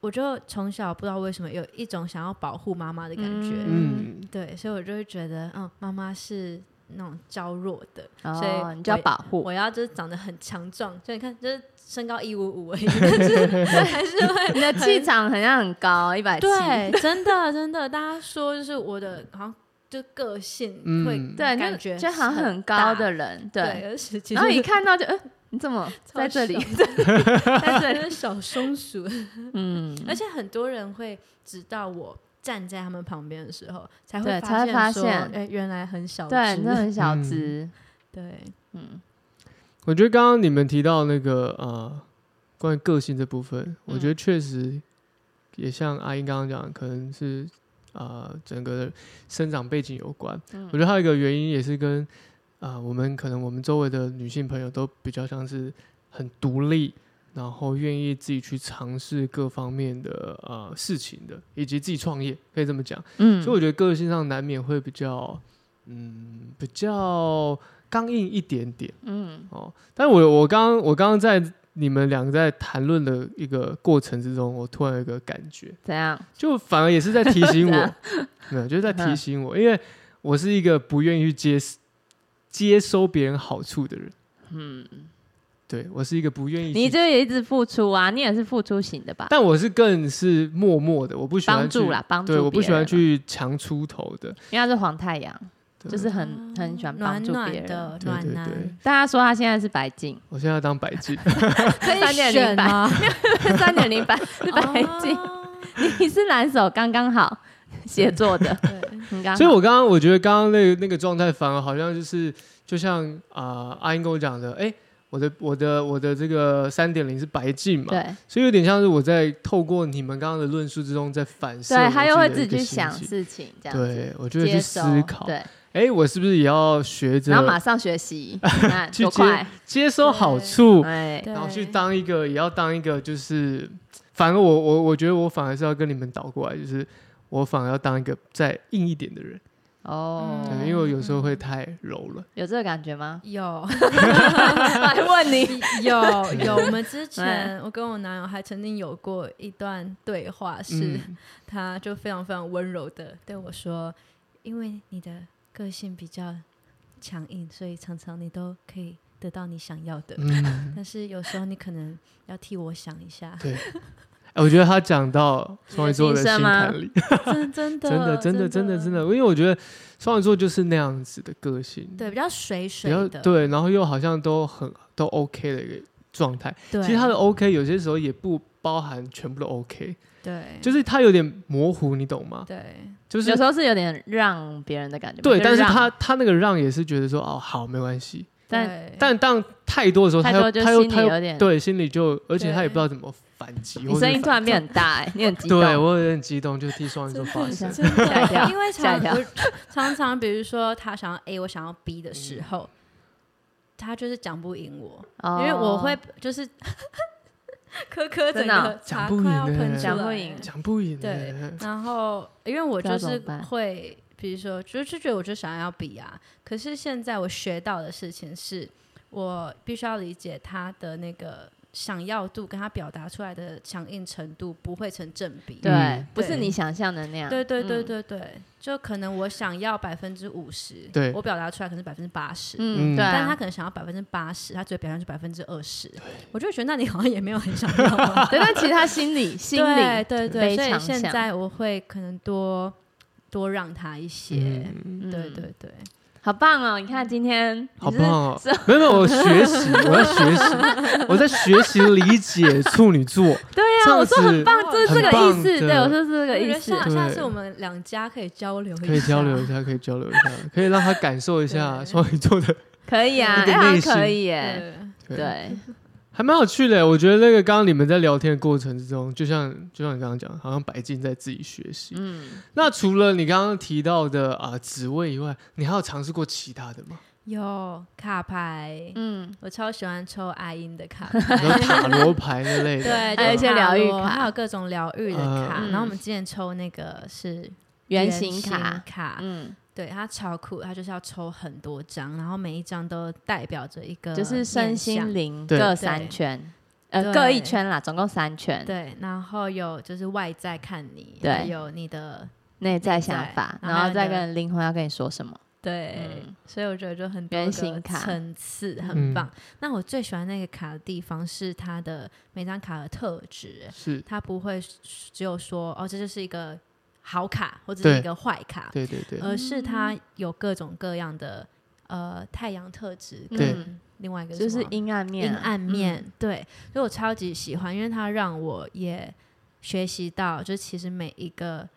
Speaker 3: 我就从小不知道为什么有一种想要保护妈妈的感觉，
Speaker 1: 嗯，
Speaker 3: 对，所以我就会觉得，嗯，妈妈是那种娇弱的，所以
Speaker 2: 哦，
Speaker 3: 我
Speaker 2: 你就要保护
Speaker 3: 我。要就是长得很强壮，就你看，就是身高一五五而已，但是 还是会
Speaker 2: 你的气场好像很高，一百七。
Speaker 3: 对， 真的真的，大家说就是我的好像就个性
Speaker 1: 嗯
Speaker 3: 会
Speaker 2: 对，
Speaker 3: 感
Speaker 2: 就
Speaker 3: 觉
Speaker 2: 就好像很
Speaker 3: 大
Speaker 2: 高的人，对。
Speaker 3: 对，而且其
Speaker 2: 然后一
Speaker 3: 实
Speaker 2: 看到就，呃，你怎么
Speaker 3: 超
Speaker 2: 在这里？
Speaker 3: 在这里小松鼠，
Speaker 2: 嗯，
Speaker 3: 而且很多人会直到我。站在他们旁边的时候，才
Speaker 2: 对
Speaker 3: 会
Speaker 2: 才会发
Speaker 3: 说
Speaker 2: 现
Speaker 3: 哎，原来很小只。
Speaker 2: 对，你真的很小
Speaker 1: 嗯
Speaker 2: 只，
Speaker 3: 对，
Speaker 2: 嗯，
Speaker 1: 我觉得刚刚你们提到那个呃，关于个性这部分，我觉得确实也像阿英刚刚讲，可能是呃整个的生长背景有关。我觉得还有一个原因也是跟啊、呃我们可能我们周围的女性朋友都比较像是很独立，然后愿意自己去尝试各方面的呃事情的，以及自己创业，可以这么讲。
Speaker 2: 嗯
Speaker 1: 所以我觉得个性上难免会比较，嗯，比较刚硬一点点
Speaker 2: 嗯
Speaker 1: 哦。但我我刚我刚刚在你们两个在谈论的一个过程之中，我突然有一个感觉，
Speaker 2: 怎样？
Speaker 1: 就反而也是在提醒
Speaker 2: 怎
Speaker 1: 我
Speaker 2: 样，
Speaker 1: 没有，就是在
Speaker 2: 嗯
Speaker 1: 提醒我，因为我是一个不愿意去接接收别人好处的人，
Speaker 2: 嗯，
Speaker 1: 对我是一个不愿意去
Speaker 2: 你就也一直付出啊，你也是付出型的吧？
Speaker 1: 但我是更是默默的，我不喜欢
Speaker 2: 帮助
Speaker 1: 去
Speaker 2: 啦，帮助
Speaker 1: 对，我不
Speaker 2: 别
Speaker 1: 喜欢
Speaker 2: 人啦，
Speaker 1: 去强出头的，
Speaker 2: 因为他是黄太阳，
Speaker 1: 对
Speaker 2: 就是很很喜欢帮
Speaker 3: 暖
Speaker 2: 助
Speaker 3: 啊暖
Speaker 2: 别人。
Speaker 1: 对
Speaker 3: 的
Speaker 1: 对
Speaker 3: 暖
Speaker 1: 对
Speaker 3: 男，
Speaker 2: 大家说他现在是白 净，
Speaker 1: 我现在要当白净。
Speaker 3: 可
Speaker 2: 三点零版
Speaker 3: 啊，
Speaker 2: 三点零版是白净，
Speaker 3: 哦
Speaker 2: 你是蓝手刚刚好，写 作的，
Speaker 3: 对，
Speaker 2: 你刚好
Speaker 1: 所以，我刚刚我觉得刚刚那个那个状态，反而好像就是就像啊、呃阿英跟我讲的，哎、我的我的我的这个三点零是白净嘛，
Speaker 2: 对
Speaker 1: 所以有点像是我在透过你们刚刚的论述之中在反射，
Speaker 2: 对，他又会自
Speaker 1: 自
Speaker 2: 己
Speaker 1: 己
Speaker 2: 去
Speaker 1: 的一个心
Speaker 2: 想
Speaker 1: 情
Speaker 2: 事情，这样子
Speaker 1: 对我就会去
Speaker 2: 接
Speaker 1: 思
Speaker 2: 收，
Speaker 1: 考，
Speaker 2: 对，
Speaker 1: 哎、我是不是也要学
Speaker 2: 然后马
Speaker 1: 着
Speaker 2: 上 学习，你看
Speaker 1: 去
Speaker 2: 多
Speaker 1: 接
Speaker 2: 快，
Speaker 1: 接收好处，
Speaker 2: 哎，
Speaker 1: 然后去
Speaker 3: 对？
Speaker 1: 当一个也要当一个就是，反而我我我觉得我反而是要跟你们倒过来，就是我反而要当一个再硬一点的人。
Speaker 2: 哦，
Speaker 1: 对，因为我有时候会太柔了。
Speaker 2: 有这个感觉吗
Speaker 3: 有
Speaker 2: 来问你，
Speaker 3: 有有，我们 之
Speaker 1: 哎
Speaker 3: 前我跟我男友还曾经有过一段对话，是
Speaker 1: 嗯，
Speaker 3: 他就非常非常温柔的对我说：“因为你的个性比较强硬，所以常常你都可以得到你想要的。
Speaker 1: 嗯，，
Speaker 3: 但是有时候你可能要替我想一下
Speaker 1: 对。哎，我觉得他讲到双鱼座的心
Speaker 2: 你的心声吗
Speaker 1: 坎里，
Speaker 3: 真真的
Speaker 1: 真的，真的，真的，真的，因为我觉得双鱼座就是那样子的个性，
Speaker 3: 对，比较水
Speaker 1: 比
Speaker 3: 水
Speaker 1: 较
Speaker 3: 的，
Speaker 1: 对，然后又好像都很都 OK 的一个状态。
Speaker 3: 对，
Speaker 1: 其实他的 OK 有些时候也不包含全部的 OK，
Speaker 3: 对，
Speaker 1: 就是他有点模糊，你懂吗？
Speaker 3: 对，
Speaker 1: 就是
Speaker 2: 有时候是有点让别人的感觉嘛。
Speaker 1: 对，
Speaker 2: 就
Speaker 1: 但是
Speaker 2: 让
Speaker 1: 他他那个让也是觉得说哦好没关系，
Speaker 2: 但
Speaker 3: 对
Speaker 1: 但当太多的时候，
Speaker 2: 太
Speaker 1: 他
Speaker 2: 多
Speaker 1: 又
Speaker 2: 就
Speaker 1: 他又
Speaker 2: 心里
Speaker 1: 他
Speaker 2: 有
Speaker 1: 又
Speaker 2: 点，
Speaker 1: 对心里就，而且
Speaker 3: 对
Speaker 1: 他也不知道怎么反击，
Speaker 2: 你
Speaker 1: 或者
Speaker 2: 声音突
Speaker 1: 反
Speaker 2: 然变很大哎，你很激 动，
Speaker 1: 对我有点激动，就替双鱼座发声。
Speaker 2: 真的吓一跳
Speaker 3: 因为
Speaker 2: 吓
Speaker 3: 常
Speaker 2: 一跳
Speaker 3: 我常 常，比如说他想要 A，我想要 B 的时
Speaker 2: 嗯
Speaker 3: 候，他就是讲不赢我，
Speaker 2: 哦
Speaker 3: 因为我会就是 磕磕整
Speaker 2: 真的
Speaker 3: 个
Speaker 2: 哦
Speaker 3: 茶快要喷出来
Speaker 2: 讲不赢
Speaker 1: 讲不赢嗯的，
Speaker 3: 对然后因为我就
Speaker 2: 不知道
Speaker 3: 是
Speaker 2: 怎么办
Speaker 3: 会，比如说就就觉得我就想要比啊，可是现在我学到的事情是我必须要理解他的那个。想要度跟他表达出来的强硬程度不会成正比，
Speaker 2: 对
Speaker 1: 嗯，
Speaker 2: 不是你想象的那样。
Speaker 3: 对对对
Speaker 2: 嗯，
Speaker 3: 对对，就可能我想要百分之五十，
Speaker 1: 对
Speaker 3: 我表达出来可能是百分之八十，
Speaker 1: 嗯
Speaker 2: 嗯，对啊，，
Speaker 3: 但他可能想要百分之八十，他只表现出百分之二十，我就会觉得那你好像也没有很想要啊
Speaker 2: 对，但其实他心里 心
Speaker 3: 对
Speaker 2: 里
Speaker 3: 对
Speaker 2: 非
Speaker 3: 对，所以
Speaker 2: 常
Speaker 3: 现
Speaker 2: 想
Speaker 3: 在我会可能多多让他一些，
Speaker 1: 嗯，
Speaker 3: 对
Speaker 2: 嗯
Speaker 3: 对对，
Speaker 2: 好棒哦！你看今天你
Speaker 1: 好
Speaker 2: 是
Speaker 1: 棒哦
Speaker 2: 是！
Speaker 1: 没有没有，我学习，我要学习，我在学习理解处女座。
Speaker 2: 对
Speaker 1: 这
Speaker 2: 啊，
Speaker 1: 样
Speaker 2: 我说
Speaker 1: 子
Speaker 2: 很棒，就是这
Speaker 1: 很
Speaker 2: 个意
Speaker 1: 棒
Speaker 2: 思。
Speaker 1: 的
Speaker 2: 对，我说是这个
Speaker 3: 我觉
Speaker 2: 意
Speaker 3: 得
Speaker 2: 思。
Speaker 3: 下下次
Speaker 1: 对
Speaker 3: 我们两家可以交流一下，
Speaker 1: 可以交流一下，可以交流一下，可以让他感受一下
Speaker 3: 对
Speaker 1: 双鱼座的，
Speaker 2: 可以啊，
Speaker 1: 有点
Speaker 2: 哎，好
Speaker 1: 内
Speaker 2: 像可以耶。
Speaker 3: 对，
Speaker 2: 对，
Speaker 1: 还蛮有趣的。我觉得那个刚刚你们在聊天的过程之中，就像就像你刚刚讲，好像白静在自己学习。
Speaker 2: 嗯，
Speaker 1: 那除了你刚刚提到的啊、呃职位以外，你还有尝试过其他的吗？
Speaker 3: 有卡牌，
Speaker 2: 嗯，
Speaker 3: 我超喜欢抽阿英 的卡
Speaker 1: 比如
Speaker 3: 牌。
Speaker 1: 塔罗牌那类的，
Speaker 3: 对，
Speaker 2: 还有一
Speaker 3: 就
Speaker 2: 些
Speaker 3: 塔
Speaker 2: 疗愈
Speaker 3: 罗
Speaker 2: 卡
Speaker 3: 还有各种疗愈的
Speaker 1: 嗯
Speaker 3: 卡。
Speaker 2: 嗯
Speaker 3: 然后我们之前抽那个是
Speaker 2: 圆形
Speaker 3: 卡
Speaker 2: 卡，，嗯，
Speaker 3: 对，它超酷，它就是要抽很多张，然后每一张都代表着一个
Speaker 2: 就是身
Speaker 3: 面向
Speaker 2: 心灵
Speaker 1: 对
Speaker 2: 各三圈，呃，
Speaker 3: 对
Speaker 2: 各一圈啦，总共三圈。
Speaker 3: 对，然后有就是外在看你，
Speaker 2: 对
Speaker 3: 还有你的
Speaker 2: 内在想
Speaker 3: 内在
Speaker 2: 法，
Speaker 3: 然
Speaker 2: 然
Speaker 3: 后还
Speaker 2: 后
Speaker 3: 有
Speaker 2: 再
Speaker 3: 你的
Speaker 2: 跟灵魂要跟你说什么。
Speaker 3: 对，
Speaker 2: 嗯
Speaker 3: 所以我觉得就很多
Speaker 2: 圆
Speaker 3: 个
Speaker 2: 形卡
Speaker 3: 层次很
Speaker 1: 嗯
Speaker 3: 棒。那我最喜欢那个卡的地方是它的每张卡的特质，
Speaker 1: 是，
Speaker 3: 它不会只有说哦，这就是一个好卡或者是一
Speaker 1: 对
Speaker 3: 个坏卡，
Speaker 1: 对对对，
Speaker 3: 而是它有各种各样的呃太阳特质，
Speaker 1: 对
Speaker 2: 嗯，
Speaker 3: 另外一个
Speaker 2: 就是
Speaker 3: 什么
Speaker 2: 阴暗面
Speaker 3: 阴
Speaker 2: 啊，
Speaker 3: 暗面，对，所以我超级喜欢，因为它让我也学习到，就其实每一个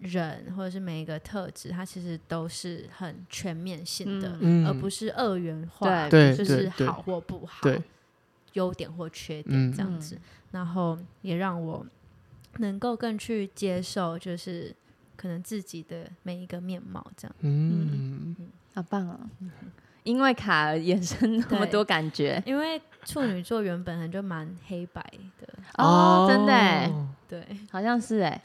Speaker 3: 人或者是每一个特质，它其实都是很全面性的，
Speaker 1: 嗯
Speaker 3: 而不是二元化，
Speaker 2: 对
Speaker 3: 就
Speaker 1: 对
Speaker 3: 是
Speaker 1: 对
Speaker 3: 好或不好，
Speaker 1: 对，
Speaker 3: 优点或缺点
Speaker 1: 嗯
Speaker 3: 这样子，然后也让我能够更去接受，就是可能自己的每一个面貌这样。
Speaker 1: 嗯，
Speaker 2: 好棒哦！因为卡而衍生那么
Speaker 3: 对
Speaker 2: 多感觉
Speaker 3: 因为处女座原本就蛮黑白的，欸
Speaker 2: 哦，真的耶，
Speaker 3: 对，
Speaker 2: 好像是哎，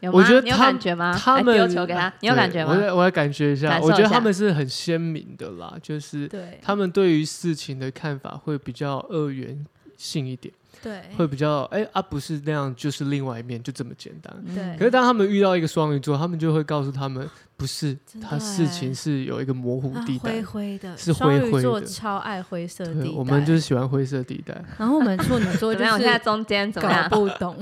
Speaker 2: 有
Speaker 1: 我
Speaker 2: 吗
Speaker 1: 觉得
Speaker 2: 你有
Speaker 1: 他
Speaker 2: 感觉吗？
Speaker 1: 他
Speaker 2: 来
Speaker 1: 们
Speaker 2: 丢球给他，你有
Speaker 1: 对
Speaker 2: 感觉吗
Speaker 1: 我？来我来感觉一下，
Speaker 2: 感受
Speaker 1: 我觉
Speaker 2: 一
Speaker 1: 得
Speaker 2: 下
Speaker 1: 他们是很鲜明的啦，就是
Speaker 3: 对，
Speaker 1: 他们对于事情的看法会比较二元性一点，
Speaker 3: 对，
Speaker 1: 会比较哎、啊不是那样，就是另外一面就这么简单。
Speaker 2: 嗯
Speaker 3: 对
Speaker 1: 可是当他们遇到一个双鱼座，他们就会告诉他们，不是
Speaker 3: 真，的
Speaker 1: 他事
Speaker 3: 哎
Speaker 1: 情是有一个模糊
Speaker 3: 啊
Speaker 1: 地带
Speaker 3: 灰。灰的，
Speaker 1: 是
Speaker 3: 双
Speaker 1: 灰
Speaker 3: 鱼
Speaker 1: 灰
Speaker 3: 座
Speaker 1: 的
Speaker 3: 超爱灰色地
Speaker 1: 对，
Speaker 3: 带，
Speaker 1: 我们就是喜欢灰色地带，
Speaker 3: 然后我们处女 座
Speaker 2: 怎么
Speaker 3: 就
Speaker 2: 样？我现在
Speaker 3: 是
Speaker 2: 中间怎么
Speaker 3: 搞
Speaker 2: 样？
Speaker 3: 不懂，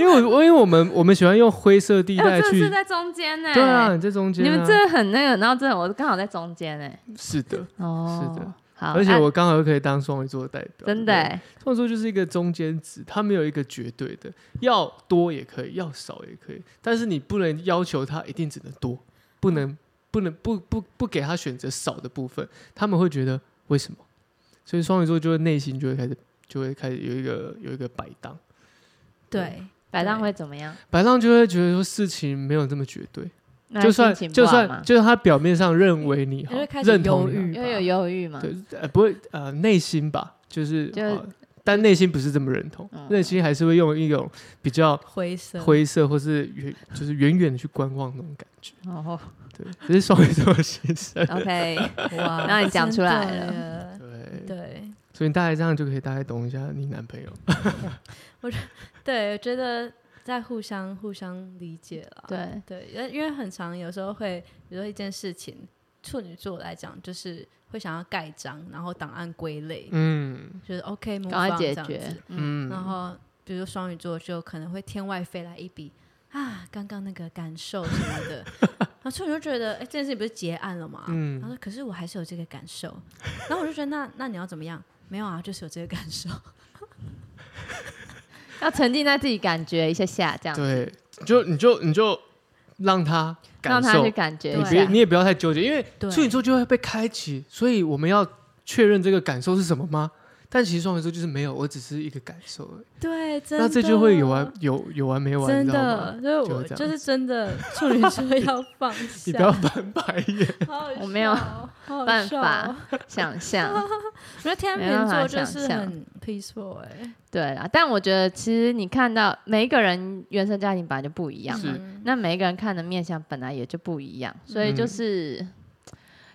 Speaker 1: 因为我我因为我们我们喜欢用灰色地
Speaker 3: 呃
Speaker 2: 哎
Speaker 1: 带
Speaker 2: 我真的
Speaker 1: 去
Speaker 2: 是，在中间呢。
Speaker 1: 对啊，，你在中间、啊，
Speaker 2: 哎你们这很那个，然后这我刚好在中间哎。
Speaker 1: 是的，
Speaker 2: 哦，
Speaker 1: 是的。
Speaker 2: 好，
Speaker 1: 而且
Speaker 2: 啊
Speaker 1: 我刚好又可以当双鱼座的代表，
Speaker 2: 真
Speaker 1: 对不对
Speaker 2: 的哎，
Speaker 1: 创作就是一个中间值，它没有一个绝对的，要多也可以，要少也可以，但是你不能要求它一定只能多，不能不能不不不给他选择少的部分，他们会觉得为什么？所以双鱼座就会内心就会开始就会开始有一个有一个摆荡，
Speaker 3: 对，
Speaker 2: 摆荡会怎么样？
Speaker 1: 摆荡就会觉得说事情没有这么绝对，
Speaker 2: 那
Speaker 1: 就
Speaker 2: 心
Speaker 1: 算
Speaker 2: 情不
Speaker 1: 就
Speaker 2: 好
Speaker 1: 算
Speaker 2: 吗
Speaker 1: 就算他表面上认为你好
Speaker 3: 就会开，始
Speaker 1: 认
Speaker 3: 忧
Speaker 1: 同你好
Speaker 3: 郁
Speaker 2: 因为有忧郁嘛，
Speaker 1: 对呃不会呃内心吧，就是
Speaker 2: 就嗯
Speaker 1: 呃但内心不是这么认同，内心还是会用一种比较
Speaker 3: 灰色，
Speaker 1: 灰色或是远，就是远远的去观望那种感觉。
Speaker 2: 哦
Speaker 1: 对，这是双鱼座的心 声。
Speaker 2: ，OK，
Speaker 3: 哇
Speaker 2: 让你讲出来了
Speaker 3: 了。
Speaker 1: 对，
Speaker 3: 对
Speaker 1: 所以大概这样就可以大概懂一下你男朋友。
Speaker 3: 对，我觉得在互相互相理解了。
Speaker 2: 对，
Speaker 3: 对，因为因为很常有时候会，比如说一件事情，处女座来讲就是会想要盖章，然后档案归类，
Speaker 1: 嗯
Speaker 3: 就是 OK，模
Speaker 2: 赶
Speaker 3: 仿
Speaker 2: 快
Speaker 3: 这
Speaker 2: 解
Speaker 3: 样
Speaker 2: 决
Speaker 3: 子。，
Speaker 2: 嗯，
Speaker 3: 然
Speaker 1: 嗯，
Speaker 3: 后比如说双鱼座就可能会天外飞来一笔啊，刚刚那个感受什么的， 然后处女就觉得哎、这件事情不是结案了吗？
Speaker 1: 嗯
Speaker 3: 然后说可是我还是有这个感受，然后我就觉得那那你要怎么样？没有啊，就是有这个感 受。
Speaker 2: 要沉浸在自己感觉一下下，这样
Speaker 1: 对，就你就你就让他
Speaker 2: 让
Speaker 1: 感
Speaker 2: 他
Speaker 1: 受
Speaker 2: 去，感觉
Speaker 1: 你
Speaker 2: 一
Speaker 1: 别
Speaker 2: 下
Speaker 1: 你。也不要太纠结，因为
Speaker 3: 对
Speaker 1: 处女座就会被开启，所以我们要确认这个感受是什么吗？但其实双鱼座就是没有，我只是一个感受而已。
Speaker 3: 对，真
Speaker 1: 那这就会有啊完有有完没完，
Speaker 3: 真
Speaker 1: 你知道吗？
Speaker 3: 的，就是
Speaker 1: 就
Speaker 3: 我
Speaker 1: 这样
Speaker 3: 就是 真的处女座要放下，
Speaker 1: 你不要翻白眼。
Speaker 3: 好好笑哦
Speaker 2: 我没有
Speaker 3: 好好
Speaker 2: 办
Speaker 3: 笑
Speaker 2: 法
Speaker 3: 哦
Speaker 2: 想 象，
Speaker 3: 我觉得天
Speaker 2: 没办
Speaker 3: 秤
Speaker 2: 法
Speaker 3: 座就
Speaker 2: 想
Speaker 3: 是
Speaker 2: 象
Speaker 3: 很 peaceful 哎、
Speaker 2: 对啦。但我觉得其实你看到每一个人原生家庭本来就不一样嘛，
Speaker 1: 是
Speaker 3: 嗯
Speaker 2: 那每一个人看的面相本来也就不一样，所以就
Speaker 1: 嗯
Speaker 2: 是、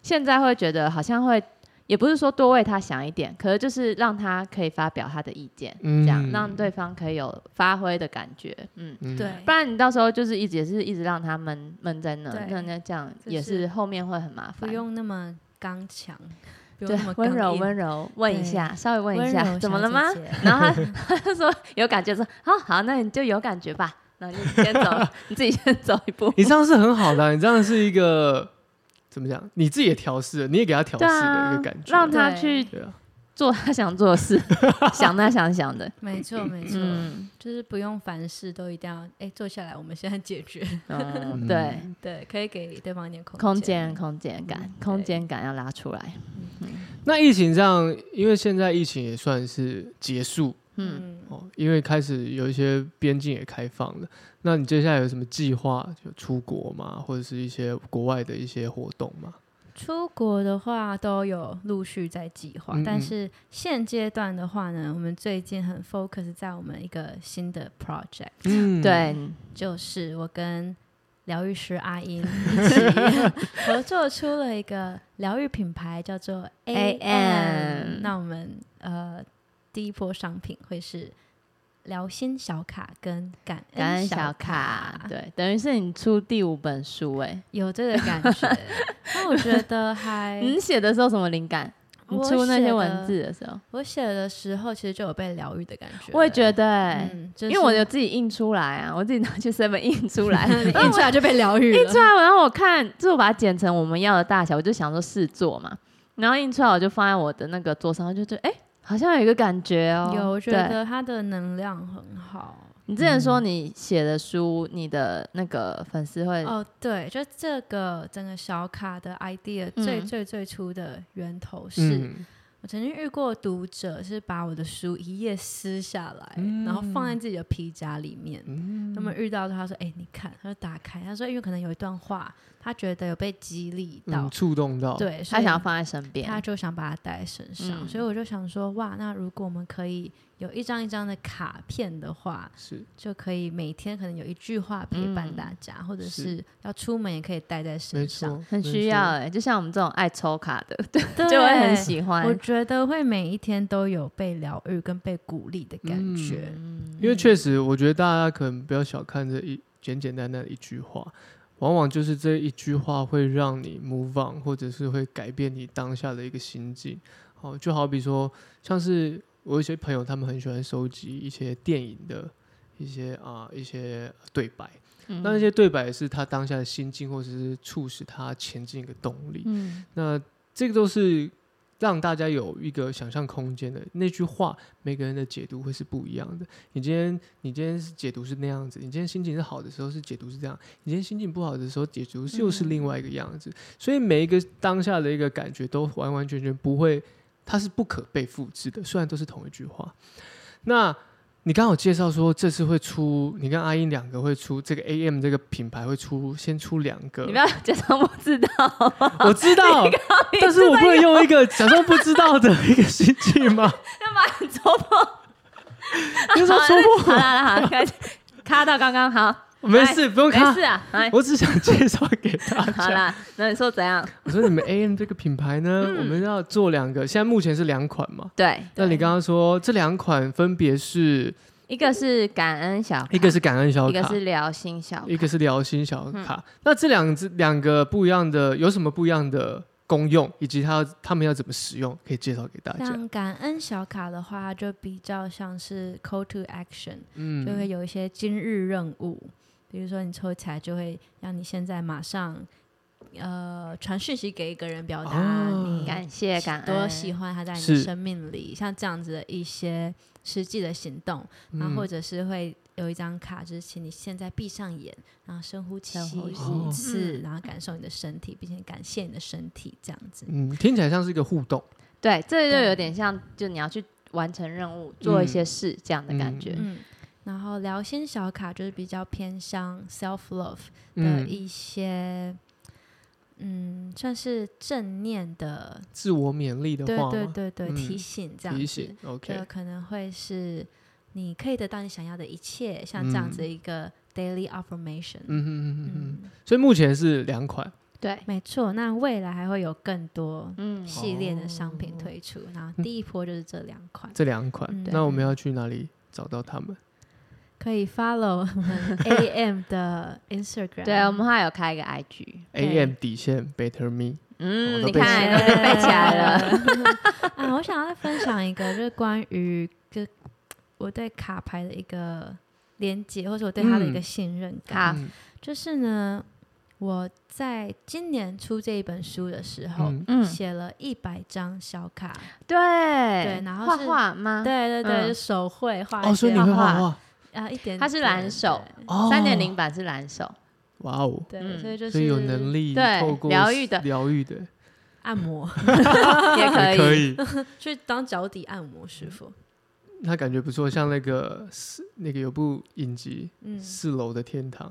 Speaker 2: 现在会觉得好像会，也不是说多为他想一点，可是就是让他可以发表他的意见，
Speaker 1: 嗯
Speaker 2: 这样让对方可以有发挥的感觉，嗯。
Speaker 1: 嗯，
Speaker 3: 对
Speaker 2: 不，然你到时候就是一直也是一直让他闷闷在那
Speaker 3: 对，
Speaker 2: 那那这样
Speaker 3: 就是
Speaker 2: 也是后面会很麻
Speaker 3: 不
Speaker 2: 烦。
Speaker 3: 用那么刚强，不用
Speaker 2: 对
Speaker 3: 那么，
Speaker 2: 温柔
Speaker 3: 刚硬
Speaker 2: 温柔，问一
Speaker 3: 对
Speaker 2: 下，稍微问
Speaker 3: 温
Speaker 2: 一
Speaker 3: 柔
Speaker 2: 下，怎
Speaker 3: 小
Speaker 2: 么了
Speaker 3: 姐
Speaker 2: 吗？
Speaker 3: 姐
Speaker 2: 然后 他他就说有感觉说，好好，那你就有感觉吧，那你就 先走，你自己先走一步。
Speaker 1: 你这样是很好的啊、你这样是一个怎么讲？你自己也调试了，你也给他调试
Speaker 2: 对
Speaker 1: 的一
Speaker 2: 啊
Speaker 1: 个感，觉，
Speaker 2: 让他
Speaker 3: 对
Speaker 2: 去
Speaker 1: 对啊，
Speaker 2: 做他想做的 事，想他想想的。
Speaker 3: 没错没错，
Speaker 2: 嗯，
Speaker 3: 就是不用凡事都一定要哎、坐下来，我们现在解决。
Speaker 2: 嗯对，
Speaker 3: 对，可以给对方一点空
Speaker 2: 空间
Speaker 3: 间。
Speaker 2: 空间感
Speaker 3: 嗯，
Speaker 2: 空
Speaker 3: 对
Speaker 2: 间感要拉出来。
Speaker 1: 那疫情这样，因为现在疫情也算是结束
Speaker 2: 嗯，
Speaker 1: 哦，因为开始有一些边境也开放了。那你接下来有什么计划？就出国吗？或者是一些国外的一些活动吗？
Speaker 3: 出国的话都有陆续在计划，
Speaker 1: 嗯嗯
Speaker 3: 但是现阶段的话呢，我们最近很 focus 在我们一个新的 project，
Speaker 1: 嗯，
Speaker 2: 对，
Speaker 3: 就是我跟疗愈师阿英一起 合作出了一个疗愈品牌，叫做
Speaker 2: AM
Speaker 3: 那我们呃第一波商品会是疗心小卡跟感
Speaker 2: 感恩
Speaker 3: 恩
Speaker 2: 小
Speaker 3: 小
Speaker 2: 卡，对，等于是你出第五本书哎。
Speaker 3: 有这个感觉。 那我觉得还
Speaker 2: 你写的时候什么灵感？嗯你
Speaker 3: 我
Speaker 2: 出那
Speaker 3: 写
Speaker 2: 些
Speaker 3: 的
Speaker 2: 文字的时候，
Speaker 3: 我写的时候其实就有被疗愈的感觉了，
Speaker 2: 我也觉得哎，
Speaker 3: 嗯，就
Speaker 2: 因
Speaker 3: 是
Speaker 2: 为 我有自己印出来啊，我自己拿去 seven 印出来，
Speaker 3: 你 印出来就被疗愈
Speaker 2: 印出
Speaker 3: 了。
Speaker 2: 来，然后我看，就是我把它剪成我们要的大小，我就想说试做嘛，然后印出来我就放在我的那个桌上，我就觉得哎、诶好像有一个感觉哦。
Speaker 3: 有，我觉
Speaker 2: 对
Speaker 3: 得它的能量很好。
Speaker 2: 你之前说你写的书，你的那个粉丝会，
Speaker 3: 哦，对，就这个整个小卡的 idea
Speaker 2: 嗯
Speaker 3: 最最最初的源头是，
Speaker 1: 嗯，
Speaker 3: 我曾经遇过读者是把我的书一页撕下来，然后
Speaker 2: 嗯
Speaker 3: 放在自己的皮夹里面。
Speaker 1: 嗯
Speaker 3: 那么遇到的他说：“哎、你看。”他就打开，他说：“因为可能有一段话，他觉得有被激励到
Speaker 1: 嗯，，触动到，，
Speaker 3: 对，所
Speaker 2: 他
Speaker 3: 以
Speaker 2: 想要放在身边，
Speaker 3: 他就想把它带在身上。
Speaker 2: 嗯
Speaker 3: 所以我就想说，哇，那如果我们可以有一张一张的卡片的话，
Speaker 1: 是，
Speaker 3: 就可以每天可能有一句话陪伴大家，或者
Speaker 1: 是
Speaker 3: 是要出门也可以带在
Speaker 1: 没
Speaker 3: 身上，
Speaker 1: 错，
Speaker 2: 很
Speaker 1: 没
Speaker 2: 需
Speaker 1: 错
Speaker 2: 要哎、就像我们这种爱抽卡的，对，
Speaker 3: 对
Speaker 2: 就会很喜
Speaker 3: 我
Speaker 2: 欢。
Speaker 3: 觉得会每一天都有被疗愈跟被鼓励的感觉。
Speaker 1: 因为确实，我觉得大家可能不要小看这一简简单单的一句话，往往就是这一句话会让你 move on，或者是会改变你当下的一个心境。哦，就好比说，像是我有一些朋友，他们很喜欢收集一些电影的一些啊、一些对白，
Speaker 2: 嗯
Speaker 1: 那那些对白是他当下的心境，或者是促使他前进一个动力。
Speaker 2: 嗯，
Speaker 1: 那这个都是让大家有一个想象空间的。那句话，每个人的解读会是不一样的。你今天，你今天是解读是那样子，你今天心情是好的时候是解读是这样，你今天心情不好的时候解读又是另外一个样子。所以每一个当下的一个感觉都完完全全不会，它是不可被复制的。虽然都是同一句话，那。你刚好介绍说这次会出，你跟阿英两个会出这个 AM 这个品牌会出，先出两个。
Speaker 2: 你不要假装不知道，
Speaker 1: 我知道， 但是我不能用一个假装不知道的一个心情吗？
Speaker 2: 要把你戳破，
Speaker 1: 你说戳
Speaker 2: 好
Speaker 1: 破
Speaker 2: 啦好啦好啦，开始卡到刚刚好，
Speaker 1: 我，没事，不用
Speaker 2: 没
Speaker 1: 看
Speaker 2: 事。啊，来，
Speaker 1: 我只想介绍给大
Speaker 2: 好
Speaker 1: 家。
Speaker 2: 啦，那你说怎样？
Speaker 1: 我说你们 AM 这个品牌呢，
Speaker 2: 嗯
Speaker 1: 我们要做两个，现在目前是两款嘛。
Speaker 2: 对，
Speaker 1: 那你刚刚说这两款分别是
Speaker 2: 一个是感恩小卡，
Speaker 1: 一个是感恩小
Speaker 2: 一个
Speaker 1: 卡，
Speaker 2: 是聊心小卡，嗯
Speaker 1: 一个是聊心小卡。那这两只两个不一样的有什么不一样的功用，以及它它们要怎么使用，可以介绍给大
Speaker 2: 啊
Speaker 1: 家。
Speaker 3: 像感恩小卡的话，它就比较像是 call to action，就会
Speaker 1: 嗯，
Speaker 3: 有一些今日任务，比如说你抽起来就会让你现在马上，呃，传讯息给一个人表达、
Speaker 1: 哦
Speaker 3: 你
Speaker 2: 感谢感恩，
Speaker 3: 多喜欢他在你的
Speaker 1: 是
Speaker 3: 生命里，像这样子的一些实际的行动，然
Speaker 1: 嗯
Speaker 3: 后或者是会有一张卡，就是请你现在闭上眼，然后深呼气
Speaker 2: 深呼吸
Speaker 3: 五次，
Speaker 2: 嗯
Speaker 3: 然后感受你的身体，并且感谢你的身体，这样子。
Speaker 1: 嗯，听起来像是一个互动。
Speaker 2: 对，这就
Speaker 3: 对
Speaker 2: 有点像，就你要去完成任务，做一
Speaker 1: 嗯
Speaker 2: 些事这样的感觉。
Speaker 3: 嗯，然后聊心小卡就是比较偏向 self love 的
Speaker 1: 嗯，
Speaker 3: 一些，嗯算是正念的，
Speaker 1: 自我勉励的
Speaker 3: 对
Speaker 1: 话吗，
Speaker 3: 对对对，
Speaker 1: 嗯
Speaker 3: 提醒这样
Speaker 1: 提
Speaker 3: 子，
Speaker 1: 醒
Speaker 3: 就
Speaker 1: ，OK，
Speaker 3: 可能会是你可以得到你想要的一切，像这样子
Speaker 1: 嗯
Speaker 3: 一个 daily affirmation。
Speaker 1: 嗯嗯嗯嗯嗯，
Speaker 3: 嗯，
Speaker 1: 所以目前是两款，
Speaker 2: 对，
Speaker 3: 没错。那未来还会有更多
Speaker 2: 嗯，
Speaker 3: 系列的商
Speaker 1: 哦
Speaker 3: 品推出，然后第一波就是这两款，
Speaker 1: 这两款，
Speaker 3: 嗯
Speaker 1: 嗯那我们要去哪里找到他们？
Speaker 3: 可 以 follow 我们 AM 的 Instagram。
Speaker 1: 啊
Speaker 2: 对，啊我们后来有开一个 IG，
Speaker 3: 对
Speaker 1: AM 底线 Better Me，
Speaker 2: 嗯，
Speaker 1: 哦我都
Speaker 2: 你
Speaker 1: 背起
Speaker 2: 看
Speaker 1: 来
Speaker 2: 都被背起来了，
Speaker 3: 啊，我想要再分享一个，就是关于就我对卡牌的一个连接，或者我对他的一个
Speaker 1: 嗯
Speaker 3: 信任感。
Speaker 2: 好
Speaker 1: 嗯
Speaker 3: 就是呢，我在今年出这一本书的时候，
Speaker 1: 嗯
Speaker 2: 嗯，
Speaker 3: 写了一百张小卡，
Speaker 2: 对对
Speaker 3: 对然后
Speaker 2: 画
Speaker 3: 是
Speaker 2: 画吗？，
Speaker 3: 对对对，
Speaker 2: 嗯
Speaker 3: 就手绘画一些，
Speaker 1: 哦，所以你会
Speaker 2: 画
Speaker 1: 画画
Speaker 3: 啊一点点，
Speaker 2: 它是蓝手
Speaker 3: 对
Speaker 1: 哦，
Speaker 2: 三点零，版是蓝 手，
Speaker 1: 哇哦，
Speaker 3: 对，
Speaker 2: 嗯
Speaker 3: 所以就是
Speaker 1: 所以有能力
Speaker 2: 对
Speaker 1: 透过
Speaker 2: 疗愈的
Speaker 1: 疗愈的
Speaker 3: 按摩，
Speaker 2: 也可
Speaker 1: 也可以，
Speaker 3: 去当脚底按摩师傅，
Speaker 1: 那感觉不错，像那个四那个有部影集
Speaker 3: 嗯
Speaker 1: 《四楼的天堂》，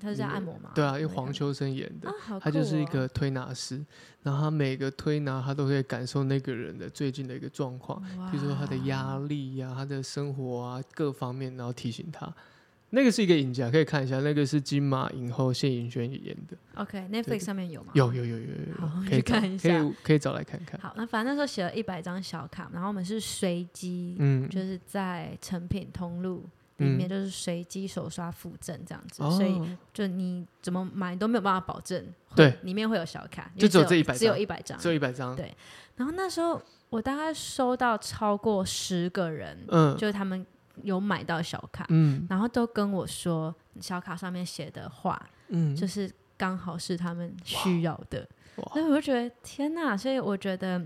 Speaker 3: 他是在按摩吗？
Speaker 1: 对啊，
Speaker 3: 有
Speaker 1: 由黄秋生演的
Speaker 3: 啊，，好
Speaker 1: 他就
Speaker 3: 酷
Speaker 1: 是一
Speaker 3: 哦
Speaker 1: 个推拿师，然后他每个推拿他都可以感受那个人的最近的一个状
Speaker 3: 哦
Speaker 1: 况，比如说他的压力呀、他的生活啊各方面，然后提醒他。那个是一个影集啊，可以看一下，那个是金马影后谢颖轩演的，对
Speaker 3: OK，Netflix 上面有吗？
Speaker 1: 有有有有有
Speaker 3: 好
Speaker 1: 有，可
Speaker 3: 去
Speaker 1: 以找
Speaker 3: 看一下
Speaker 1: 可以可以找来看看。
Speaker 3: 好，那反正那时候写了一百张小卡，然后我们是随机，
Speaker 1: 嗯，
Speaker 3: 就是在成品通路里面，
Speaker 1: 嗯
Speaker 3: 就是随机手刷附赠这样子，
Speaker 1: 哦
Speaker 3: 所以就你怎么买都没有办法保证，
Speaker 1: 对，
Speaker 3: 里面会有小卡，
Speaker 1: 就
Speaker 3: 因为
Speaker 1: 只有
Speaker 3: 有
Speaker 1: 这100
Speaker 3: 只有
Speaker 1: 张
Speaker 3: 一百张
Speaker 1: 只。有一百张，
Speaker 3: 对然后那时候我大概收到超过十个人，
Speaker 1: 嗯
Speaker 3: 就是他们有买到小卡，
Speaker 1: 嗯
Speaker 3: 然后都跟我说小卡上面写的话，
Speaker 1: 嗯，
Speaker 3: 就是刚好是他们需要的，
Speaker 1: 哇
Speaker 3: 所以我就觉得天哪！所以我觉得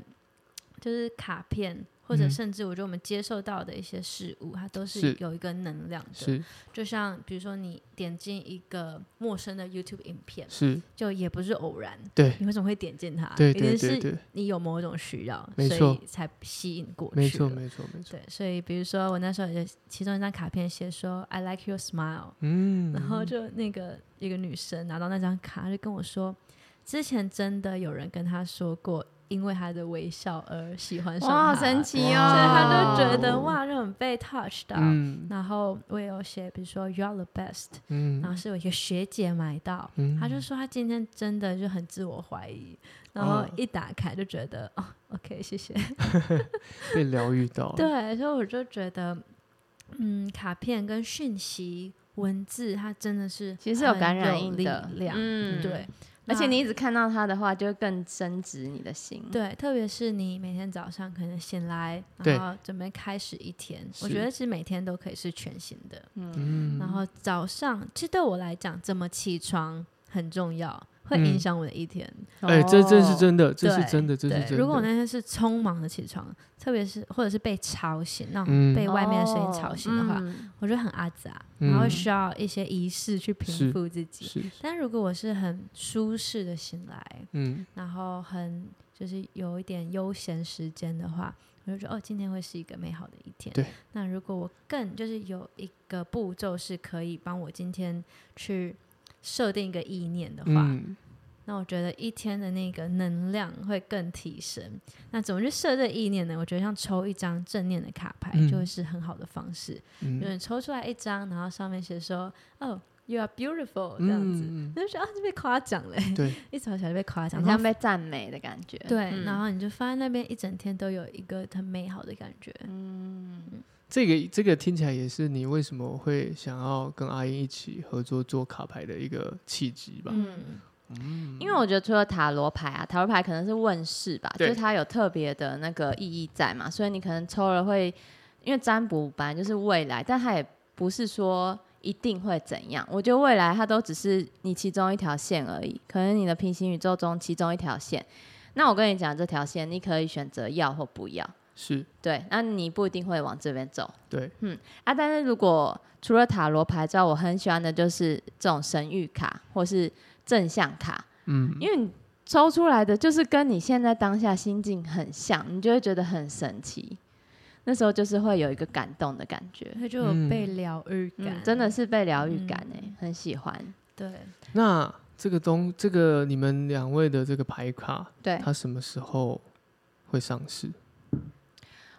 Speaker 3: 就是卡片，或者
Speaker 1: 嗯
Speaker 3: 甚至我觉得我们接受到的一些事物，它都是
Speaker 1: 是
Speaker 3: 有一个能量的。
Speaker 1: 是
Speaker 3: 就像比如说你点进一个陌生的 YouTube 影片，
Speaker 1: 是，
Speaker 3: 就也不是偶然，
Speaker 1: 对
Speaker 3: 你为什么会点进它？
Speaker 1: 对
Speaker 3: 一定
Speaker 1: 对对
Speaker 3: 啊是
Speaker 1: 对，
Speaker 3: 你有某种需要，
Speaker 1: 没
Speaker 3: 所
Speaker 1: 错
Speaker 3: 以才吸引过去。
Speaker 1: 没错。没错没错，
Speaker 3: 对，所以比如说我那时候也其中一张卡片写说 “I like your smile”，
Speaker 1: 嗯，
Speaker 3: 然后就那个一个女生拿到那张卡，她就跟我说，之前真的有人跟她说过，因为她的微笑而喜欢上她，
Speaker 2: 哇，神奇
Speaker 1: 哇
Speaker 2: 哦！
Speaker 3: 所以她就觉得哇，让我被 touch 到。
Speaker 1: 嗯
Speaker 3: 然后我也有写，比如说 You're the best，、然后
Speaker 1: 嗯
Speaker 3: 是我一个学姐买到，
Speaker 1: 嗯
Speaker 3: 她就说她今天真的就很自我怀疑，然后
Speaker 1: 哦
Speaker 3: 一打开就觉得哦，OK，谢谢。
Speaker 1: 嗯 被疗愈到了，
Speaker 3: 对，所以我就觉得，嗯，卡片跟讯息、文字，它真的是
Speaker 2: 其实是有
Speaker 3: 很
Speaker 2: 感染力
Speaker 3: 力
Speaker 2: 的，
Speaker 3: 量。
Speaker 2: 嗯
Speaker 3: 对，
Speaker 2: 而且
Speaker 3: 那
Speaker 2: 你一直看到它的话，就会更深植你的心。，
Speaker 3: 对，特别是你每天早上可能醒来，
Speaker 1: 对
Speaker 3: 然后准备开始一天，我
Speaker 1: 是
Speaker 3: 觉得其实每天都可以是全新的。
Speaker 1: 嗯，
Speaker 3: 然后早上，其实对我来讲，怎么起床很重要，会影
Speaker 1: 嗯
Speaker 3: 响我的一天。
Speaker 1: 哎，这真
Speaker 3: 哦
Speaker 1: 是
Speaker 2: 的。
Speaker 1: 真的，这是
Speaker 3: 对
Speaker 1: 真的，这是
Speaker 3: 对
Speaker 1: 真，的。
Speaker 3: 如果我那天是匆忙的起床，特别是或者是被吵醒，那种
Speaker 1: 嗯
Speaker 3: 被外面的声音吵醒的话，
Speaker 2: 哦，
Speaker 3: 我觉得很阿杂，然后
Speaker 1: 嗯
Speaker 3: 需要一些仪式去平
Speaker 1: 是
Speaker 3: 复自己。
Speaker 1: 是，
Speaker 3: 但如果我是很舒适的醒来，
Speaker 1: 嗯，
Speaker 3: 然后很就是有一点悠闲时间的话，我就觉得哦，今天会是一个美好的一天。
Speaker 1: 对。
Speaker 3: 那如果我更就是有一个步骤是可以帮我今天去设定一个意念的话，
Speaker 1: 嗯，
Speaker 3: 那我觉得一天的那个能量会更提升。那怎么去设这意念呢？我觉得像抽一张正念的卡牌，
Speaker 1: 嗯
Speaker 3: 就会是很好的方式。
Speaker 1: 嗯
Speaker 3: 因为抽出来一张，然后上面写说：“哦，you are beautiful。”这样子，
Speaker 1: 嗯，嗯
Speaker 3: 你就觉得啊，就被夸奖了，
Speaker 1: 对，
Speaker 3: 一早起来就被夸
Speaker 2: 嗯
Speaker 3: 奖，
Speaker 2: 很
Speaker 3: 然
Speaker 2: 像
Speaker 3: 后
Speaker 2: 被赞美的感觉。
Speaker 3: 对，
Speaker 2: 嗯
Speaker 3: 然后你就放在那边一整天都有一个很美好的感觉。
Speaker 2: 嗯
Speaker 1: 这个这个听起来也是你为什么会想要跟阿英一起合作做卡牌的一个契机吧？
Speaker 3: 嗯，
Speaker 2: 因为我觉得除了塔罗牌啊，塔罗牌可能是问世吧，就
Speaker 1: 对
Speaker 2: 是它有特别的那个意义在嘛，所以你可能抽了会，因为占卜本来就是未来，但它也不是说一定会怎样。我觉得未来它都只是你其中一条线而已，可能你的平行宇宙中其中一条线。那我跟你讲，这条线你可以选择要或不要，
Speaker 1: 是
Speaker 2: 对，那你不一定会往这边走。
Speaker 1: 对，
Speaker 2: 啊，但是如果除了塔罗牌之外，我很喜欢的就是这种神谕卡或是正向卡，
Speaker 1: 嗯，
Speaker 2: 因为你抽出来的就是跟你现在当下心境很像，你就会觉得很神奇。那时候就是会有一个感动的感觉，
Speaker 3: 它就
Speaker 1: 嗯
Speaker 3: 有被疗愈感、
Speaker 2: 嗯，真的是被疗愈感哎、很喜欢。
Speaker 3: 对。
Speaker 1: 那这个东这个你们两位的这个牌卡，
Speaker 2: 对，
Speaker 1: 它什么时候会上市？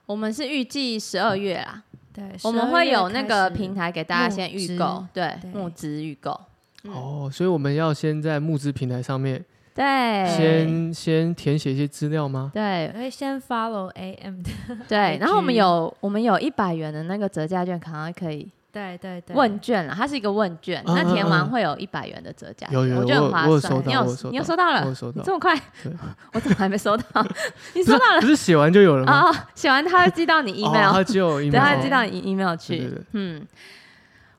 Speaker 2: 我们是预计十二月啦，
Speaker 1: 嗯
Speaker 3: 对，
Speaker 2: 我们
Speaker 3: 12
Speaker 2: 会
Speaker 3: 月
Speaker 2: 有那个
Speaker 3: 开始
Speaker 2: 平台给大家先预购
Speaker 3: 募资，
Speaker 2: 对，
Speaker 3: 对
Speaker 2: 募资预购，嗯
Speaker 1: 哦，所以我们要先在募资平台上面
Speaker 2: 对，
Speaker 1: 先先填写一些资料吗？
Speaker 2: 对
Speaker 3: 我会先 follow AM 的，
Speaker 2: 对，然后我们
Speaker 3: IG
Speaker 2: 有我们有一百元的那个折价券，好像可以
Speaker 3: 对对对，
Speaker 2: 问卷了，它是一个问卷，
Speaker 1: 嗯
Speaker 2: 那填
Speaker 1: 嗯
Speaker 2: 完
Speaker 1: 嗯
Speaker 2: 会有一百元的折价券，
Speaker 1: 有有有
Speaker 2: 我觉得很
Speaker 1: 我
Speaker 2: 划
Speaker 1: 有收
Speaker 2: 算。
Speaker 1: 到
Speaker 2: 你
Speaker 1: 我有收
Speaker 2: 你有
Speaker 1: 到
Speaker 2: 收到
Speaker 3: 啊
Speaker 1: 我有
Speaker 2: 了，
Speaker 1: 收
Speaker 2: 你
Speaker 1: 到，
Speaker 2: 这么快
Speaker 1: 对，
Speaker 2: 我怎么还没收到？ 你收到了
Speaker 1: 不是写完就有了吗？
Speaker 2: 啊？写完它会寄到你
Speaker 1: 哦、
Speaker 2: email，
Speaker 1: 他只有 email，
Speaker 2: 对，它
Speaker 3: 哦
Speaker 2: 会寄到你 email
Speaker 1: 对
Speaker 2: 去
Speaker 1: 对对。
Speaker 2: 嗯，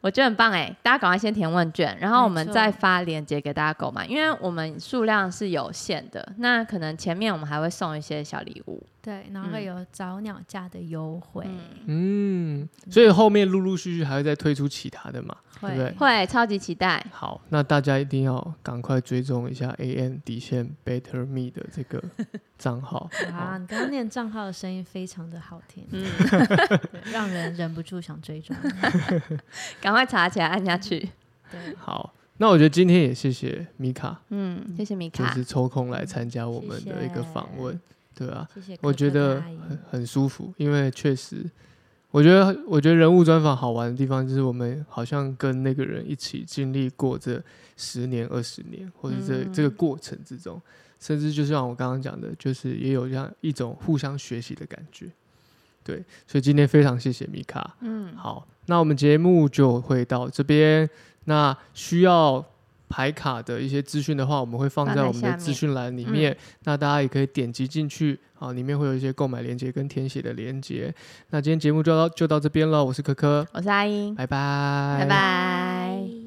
Speaker 2: 我觉得很棒哎，大家赶快先填问卷，然后我们
Speaker 3: 没错
Speaker 2: 再发链接给大家购买，因为我们数量是有限的，那可能前面我们还会送一些小礼物。
Speaker 3: 对，然后
Speaker 2: 嗯
Speaker 3: 会有早鸟价的优惠，
Speaker 1: 嗯，所以后面陆陆续续还会再推出其他的嘛，对不对
Speaker 3: 会？
Speaker 2: 会超级期待。
Speaker 1: 好，那大家一定要赶快追踪一下 A N 底线 Better Me 的这个账号。哦
Speaker 3: 啊，
Speaker 1: 好
Speaker 3: 你刚刚念账号的声音非常的好 听，
Speaker 2: 嗯，
Speaker 3: 对让人忍不住想追踪。
Speaker 2: 赶快查起来，按下去。
Speaker 3: 对，
Speaker 1: 好，那我觉得今天也谢谢米卡，
Speaker 2: 嗯，谢谢米
Speaker 1: 就
Speaker 2: 卡。
Speaker 1: 是抽空来参加我们
Speaker 3: 谢谢
Speaker 1: 的一个访问，对啊，
Speaker 3: 谢谢可可的阿姨。
Speaker 1: 我觉得很很舒服，因为确实，我觉得我觉得人物专访好玩的地方就是我们好像跟那个人一起经历过这十年、二十年，或者这、
Speaker 2: 嗯
Speaker 1: 这个过程之中，甚至就像我刚刚讲的，就是也有这样一种互相学习的感觉。对，所以今天非常谢谢米卡。
Speaker 2: 嗯，
Speaker 1: 好，那我们节目就会到这边。那需要排卡的一些资讯的话，我们会放
Speaker 2: 放
Speaker 1: 在
Speaker 2: 在
Speaker 1: 我们的
Speaker 2: 下
Speaker 1: 资
Speaker 2: 面嗯
Speaker 1: 讯栏里面。那大家也可以点击进去啊，里面会有一些购买链接跟填写的链接。
Speaker 2: 嗯
Speaker 1: 那今天节目就到就到这边了，我是可可，
Speaker 2: 我是阿英，
Speaker 1: 拜拜，
Speaker 2: 拜拜。